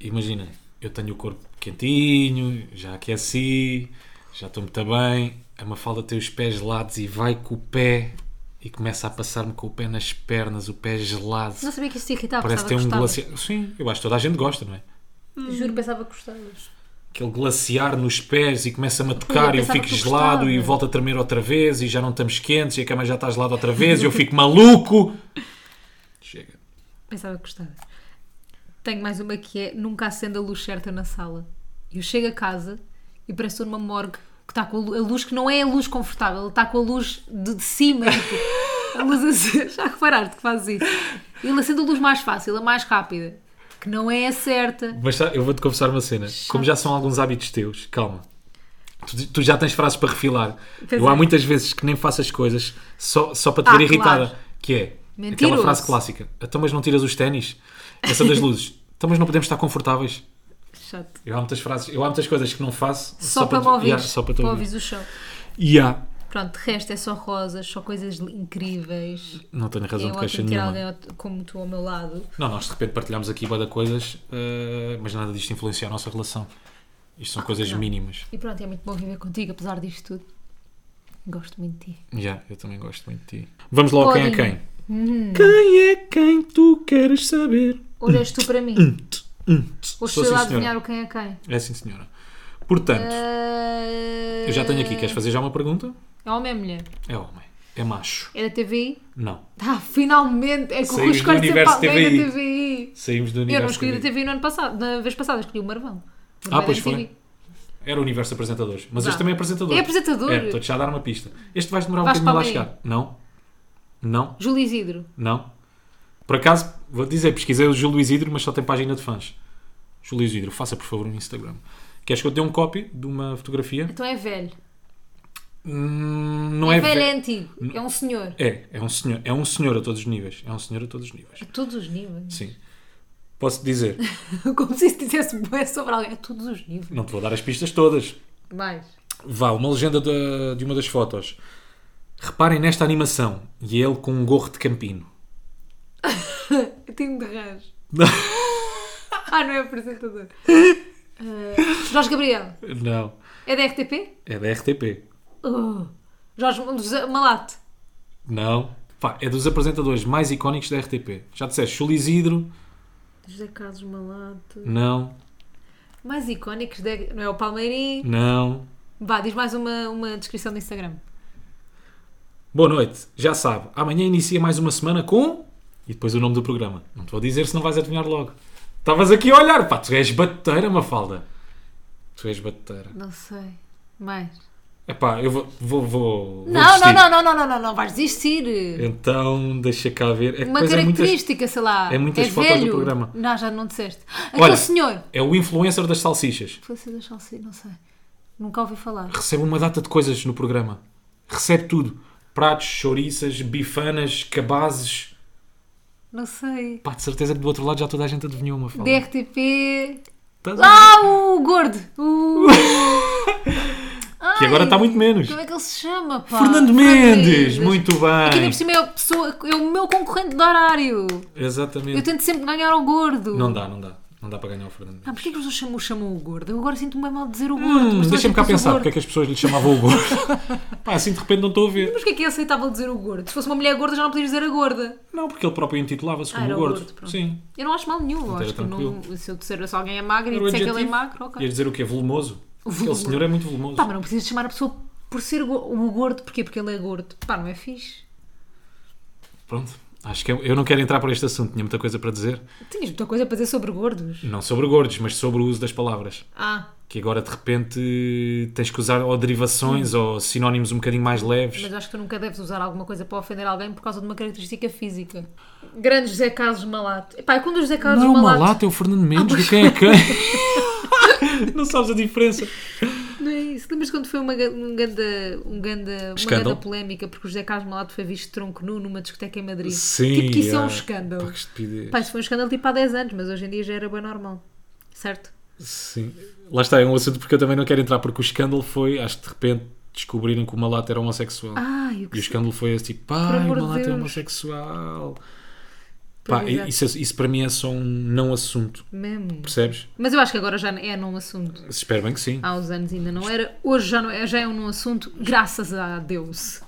Speaker 1: imagina, eu tenho o corpo quentinho, já aqueci, já estou muito bem, a Mafalda tem os pés gelados e vai com o pé e começa a passar-me com o pé nas pernas, o pé gelado.
Speaker 2: Não sabia que isso te irritava.
Speaker 1: Parece ter
Speaker 2: pensava
Speaker 1: um
Speaker 2: que gostavas.
Speaker 1: glaciar. Sim, eu acho que toda a gente gosta, não é?
Speaker 2: Juro, pensava que gostavas.
Speaker 1: Aquele glaciar nos pés e começa-me a
Speaker 2: eu
Speaker 1: tocar e eu
Speaker 2: pensava
Speaker 1: fico
Speaker 2: que tu
Speaker 1: gelado e
Speaker 2: gostava.
Speaker 1: volto a tremer outra vez e já não estamos quentes e a cama já está gelada outra vez e eu fico maluco. Chega.
Speaker 2: Pensava que gostavas. Tenho mais uma que é nunca acende a luz certa na sala. Eu chego a casa e parece que estou numa morgue que está com a lu- a luz que não é a luz confortável, ele está com a luz de, de cima. tipo, a luz acesa. Já reparaste que fazes isso? Ele acende a luz mais fácil, a mais rápida, que não é a certa.
Speaker 1: Mas tá, eu vou-te confessar uma cena. Como já são alguns hábitos teus, calma. Tu, tu já tens frases para refilar.
Speaker 2: Pois
Speaker 1: eu
Speaker 2: é.
Speaker 1: há muitas vezes que nem faço as coisas só, só para te
Speaker 2: Ah,
Speaker 1: ver irritada.
Speaker 2: claro.
Speaker 1: Que é
Speaker 2: Mentiroso.
Speaker 1: aquela frase clássica. Então, mas não tiras os ténis? Essa das luzes. Então, mas não podemos estar confortáveis.
Speaker 2: Chato.
Speaker 1: Eu há muitas frases, eu há muitas coisas que não faço
Speaker 2: Só, para, me ouvir.
Speaker 1: Yeah, só para te ouvir.
Speaker 2: ouvires o chão.
Speaker 1: E há.
Speaker 2: Pronto, de resto é só rosas, só coisas incríveis.
Speaker 1: Não tenho razão
Speaker 2: É
Speaker 1: de
Speaker 2: ótimo
Speaker 1: queixa
Speaker 2: ter
Speaker 1: nenhuma.
Speaker 2: alguém ao- como tu ao meu lado.
Speaker 1: Não, nós de repente partilhamos aqui boa coisas, eh, mas nada disto influencia a nossa relação. Isto são coisas
Speaker 2: Ah, não.
Speaker 1: mínimas.
Speaker 2: E pronto, é muito bom viver contigo, apesar disto tudo. Gosto muito de ti.
Speaker 1: Já, eu também gosto muito de ti. Vamos lá ao quem é
Speaker 2: Codinho.
Speaker 1: quem.
Speaker 2: Uhum.
Speaker 1: Quem é quem tu queres saber?
Speaker 2: Hoje és tu para mim.
Speaker 1: Sou
Speaker 2: Hoje
Speaker 1: sim,
Speaker 2: estou eu a adivinhar
Speaker 1: senhora.
Speaker 2: o quem é quem.
Speaker 1: É sim, senhora. Portanto,
Speaker 2: Ah,
Speaker 1: eu já tenho aqui. Queres fazer já uma pergunta?
Speaker 2: É homem ou mulher?
Speaker 1: É homem. É macho.
Speaker 2: É da TVI?
Speaker 1: Não.
Speaker 2: Ah, finalmente! É que o Rui
Speaker 1: Saímos do
Speaker 2: escolhe sempre
Speaker 1: universo
Speaker 2: alguém da
Speaker 1: TVI.
Speaker 2: TVI.
Speaker 1: Saímos do
Speaker 2: Eu não
Speaker 1: universo.
Speaker 2: escolhi tipo-
Speaker 1: que
Speaker 2: da
Speaker 1: eu
Speaker 2: TVI no ano passado. Na vez passada escolhi o Marvão. O
Speaker 1: Ah,
Speaker 2: Marvão
Speaker 1: pois
Speaker 2: é da
Speaker 1: foi.
Speaker 2: TVI.
Speaker 1: Era o universo de apresentadores. Mas
Speaker 2: Vá.
Speaker 1: este também é apresentador.
Speaker 2: É apresentador?
Speaker 1: É, estou-te já a dar uma pista. Este vais demorar um
Speaker 2: Vasco
Speaker 1: bocadinho a lá
Speaker 2: Palmeira.
Speaker 1: chegar. Não. Não.
Speaker 2: Júlio Isidro.
Speaker 1: Não. Por acaso, vou dizer, pesquisei o Júlio Isidro, mas só tem página de fãs. Júlio Isidro, faça por favor um Instagram. Queres que eu te dê um copy de uma fotografia?
Speaker 2: Então é velho.
Speaker 1: Hum, não
Speaker 2: é,
Speaker 1: é,
Speaker 2: velho,
Speaker 1: ve-
Speaker 2: é antigo. É um senhor.
Speaker 1: É, é um senhor, é um senhor a todos os níveis. É um senhor a todos os níveis.
Speaker 2: A todos os níveis.
Speaker 1: Sim. Posso dizer,
Speaker 2: Como se isso dissesse bué sobre alguém. A todos os níveis.
Speaker 1: não te vou dar as pistas todas.
Speaker 2: Mais.
Speaker 1: Vá, uma legenda da- de uma das fotos. Reparem nesta animação. E é ele com um gorro de campino.
Speaker 2: Eu tenho de rãs. Ah, não é apresentador. Ah, Jorge Gabriel.
Speaker 1: Não.
Speaker 2: É da RTP?
Speaker 1: É da RTP.
Speaker 2: Oh. Jorge José Malato.
Speaker 1: Não. Pá, é dos apresentadores mais icónicos da RTP. Já disseste, Júlio Isidro,
Speaker 2: José Carlos Malato.
Speaker 1: Não,
Speaker 2: Mais icónicos. da- Não é o Palmeirim?
Speaker 1: não.
Speaker 2: Vá, diz mais uma, uma descrição do Instagram.
Speaker 1: Boa noite, já sabe, amanhã inicia mais uma semana com. E depois o nome do programa. Não te vou dizer se não vais adivinhar logo. Estavas aqui a olhar, pá, tu és bateira, Mafalda. Tu és bateira.
Speaker 2: Não sei. Mais.
Speaker 1: Epá, eu vou. vou, vou, vou
Speaker 2: Não, não,
Speaker 1: desistir.
Speaker 2: não, não, não, não, não, não vais desistir.
Speaker 1: Então, deixa cá ver. É, que
Speaker 2: Uma
Speaker 1: depois é, muitas,
Speaker 2: característica, sei lá.
Speaker 1: é muitas fotos do
Speaker 2: velho.
Speaker 1: programa.
Speaker 2: Não, já não disseste. Aquele
Speaker 1: Olha.
Speaker 2: senhor.
Speaker 1: é o influencer das salsichas.
Speaker 2: Polícia da Chelsea, não sei. Nunca ouvi falar.
Speaker 1: Recebe uma data de coisas no programa. Recebe tudo: pratos, chouriças, bifanas, cabazes.
Speaker 2: Não sei.
Speaker 1: Pá, de certeza que do outro lado já toda a gente adivinhou uma falda.
Speaker 2: DRTP.
Speaker 1: Estás a-
Speaker 2: Ah, o gordo! O-
Speaker 1: Que agora está muito menos.
Speaker 2: Como é que ele se chama, pá?
Speaker 1: Fernando Mendes, muito
Speaker 2: Aqui ainda
Speaker 1: bem.
Speaker 2: por cima é, a pessoa, é o meu concorrente de horário. Eu
Speaker 1: Exatamente.
Speaker 2: tento sempre ganhar ao gordo.
Speaker 1: Não dá, não dá. Não dá para ganhar o Fernando Mendes.
Speaker 2: Ah, porquê que os chamam, chamam o gordo? Eu agora sinto-me bem mal de dizer o gordo.
Speaker 1: Mas
Speaker 2: toda a
Speaker 1: Hum, deixa-me
Speaker 2: gente
Speaker 1: cá
Speaker 2: diz o
Speaker 1: pensar,
Speaker 2: gordo.
Speaker 1: porque é que as pessoas lhe chamavam o gordo? Pá, assim de repente não estou a ver.
Speaker 2: Mas porquê que é aceitável dizer o gordo? Se fosse uma mulher gorda já não podias dizer a gorda.
Speaker 1: Não, porque ele próprio intitulava-se como
Speaker 2: Ah, era o
Speaker 1: gordo.
Speaker 2: gordo, pronto.
Speaker 1: Sim.
Speaker 2: Eu não acho mal nenhum. eu
Speaker 1: Então, era
Speaker 2: acho que não,
Speaker 1: tranquilo.
Speaker 2: se eu disser se alguém é magro e
Speaker 1: Era o
Speaker 2: disser que ele é
Speaker 1: adjetivo.
Speaker 2: magro, ok.
Speaker 1: Ias dizer o quê? Volumoso? Aquele
Speaker 2: Volumoso. Tá
Speaker 1: senhor é muito volumoso.
Speaker 2: Pá, mas não precisas chamar a pessoa por ser go- o gordo, porquê? Porque ele é gordo. Pá, não é fixe.
Speaker 1: Pronto. Acho que eu, eu não quero entrar por este assunto, tinha muita coisa para dizer.
Speaker 2: Tinhas muita coisa para dizer sobre gordos.
Speaker 1: Não sobre gordos, mas sobre o uso das palavras.
Speaker 2: Ah,
Speaker 1: Que agora de repente tens que usar ou
Speaker 2: Hum.
Speaker 1: derivações ou sinónimos um bocadinho mais leves.
Speaker 2: mas acho que tu nunca deves usar alguma coisa para ofender alguém por causa de uma característica física. Grande José Carlos Malato. Epá, e quando o José Carlos
Speaker 1: Não é o
Speaker 2: Malato...
Speaker 1: Malato, é o Fernando Mendes, do quem é quem? não sabes a diferença.
Speaker 2: Não é isso. Lembras quando foi uma, ga- um ganda, um ganda, uma
Speaker 1: Escândalo.
Speaker 2: ganda polémica porque o José Carlos Malato foi visto de tronco nu numa discoteca em Madrid?
Speaker 1: Sim.
Speaker 2: Tipo que isso é um
Speaker 1: ah,
Speaker 2: escândalo.
Speaker 1: Pá, que estupidez.
Speaker 2: Pá, isso foi um escândalo tipo há 10 anos, mas hoje em dia já era bem normal. Certo?
Speaker 1: Sim. Lá está, é um assunto porque eu também não quero entrar, porque o escândalo foi, acho que de repente descobrirem que o Malato era homossexual.
Speaker 2: Ai, o que
Speaker 1: E o
Speaker 2: se-
Speaker 1: escândalo foi esse tipo, pá, o
Speaker 2: Ah, amor de
Speaker 1: Malato é
Speaker 2: Deus.
Speaker 1: homossexual. Pá,
Speaker 2: Pois é.
Speaker 1: isso, isso para mim é só um não assunto,
Speaker 2: Mesmo.
Speaker 1: percebes?
Speaker 2: Mas eu acho que agora já é num assunto.
Speaker 1: Espero bem que sim.
Speaker 2: Há uns anos ainda não era. Hoje já, não é, já é um num assunto, graças a Deus.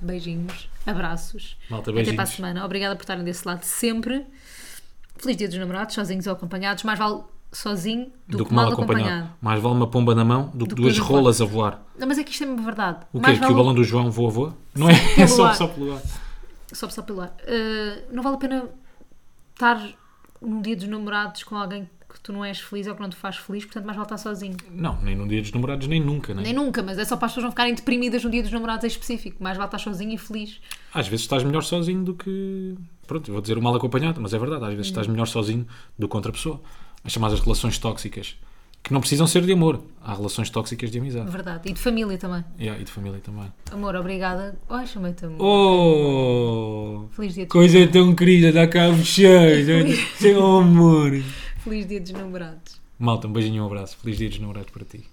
Speaker 2: Beijinhos, abraços.
Speaker 1: Malta,
Speaker 2: Até para a
Speaker 1: beijinhos.
Speaker 2: semana. Obrigada por estarem desse lado sempre. Feliz dia dos namorados, sozinhos ou acompanhados. Mais vale sozinho do, que mal acompanhado.
Speaker 1: Mais vale uma pomba na mão do que
Speaker 2: que
Speaker 1: duas
Speaker 2: duas
Speaker 1: rolas a voar.
Speaker 2: Não, mas é que isto é mesmo verdade.
Speaker 1: O quê?
Speaker 2: Mais
Speaker 1: Que o
Speaker 2: vale-
Speaker 1: balão do João voa, voa? Não é? É
Speaker 2: pelo
Speaker 1: só,
Speaker 2: ar.
Speaker 1: só pelo ar.
Speaker 2: Só só pelo ar. Eh, não vale a pena estar num dia dos namorados com alguém que tu não és feliz ou que não te faz feliz, portanto mais vale estar sozinho.
Speaker 1: Não, nem num dia dos namorados, nem nunca, né?
Speaker 2: Nem nunca, mas é só para as pessoas não ficarem deprimidas num dia dos namorados em específico. Mais vale estar sozinho e feliz.
Speaker 1: Às vezes estás melhor sozinho do que. Pronto, eu vou dizer o mal acompanhado, mas é verdade. Às vezes estás melhor sozinho do que outra pessoa. As chamadas relações tóxicas. Que não precisam ser de amor. Há relações tóxicas de amizade.
Speaker 2: Verdade. E de família também.
Speaker 1: Yeah, e de família também.
Speaker 2: Amor, obrigada. Ai, chamei-te amor.
Speaker 1: Oh!
Speaker 2: Feliz dia, de-
Speaker 1: Coisa tão querida, dá cá um cheiro. Seu amor.
Speaker 2: feliz dia dos namorados.
Speaker 1: Malta, um beijinho e um abraço. Feliz dia dos namorados para ti.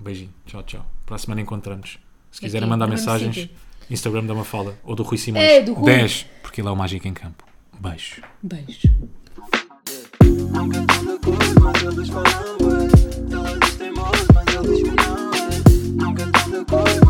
Speaker 1: Um beijinho. Tchau, tchau. Para a semana encontramos. Se quiserem
Speaker 2: Aqui,
Speaker 1: mandar
Speaker 2: no mesmo
Speaker 1: mensagens,
Speaker 2: sítio.
Speaker 1: Instagram da Mafalda ou do Rui Simões.
Speaker 2: É, do Rui.
Speaker 1: 10, porque ele é o mágico em campo. Beijo.
Speaker 2: Beijo.
Speaker 3: Nunca tanta coisa, mas eles falam, ué. Elas dizem mais, mas eles que não, é. Nunca tanta coisa,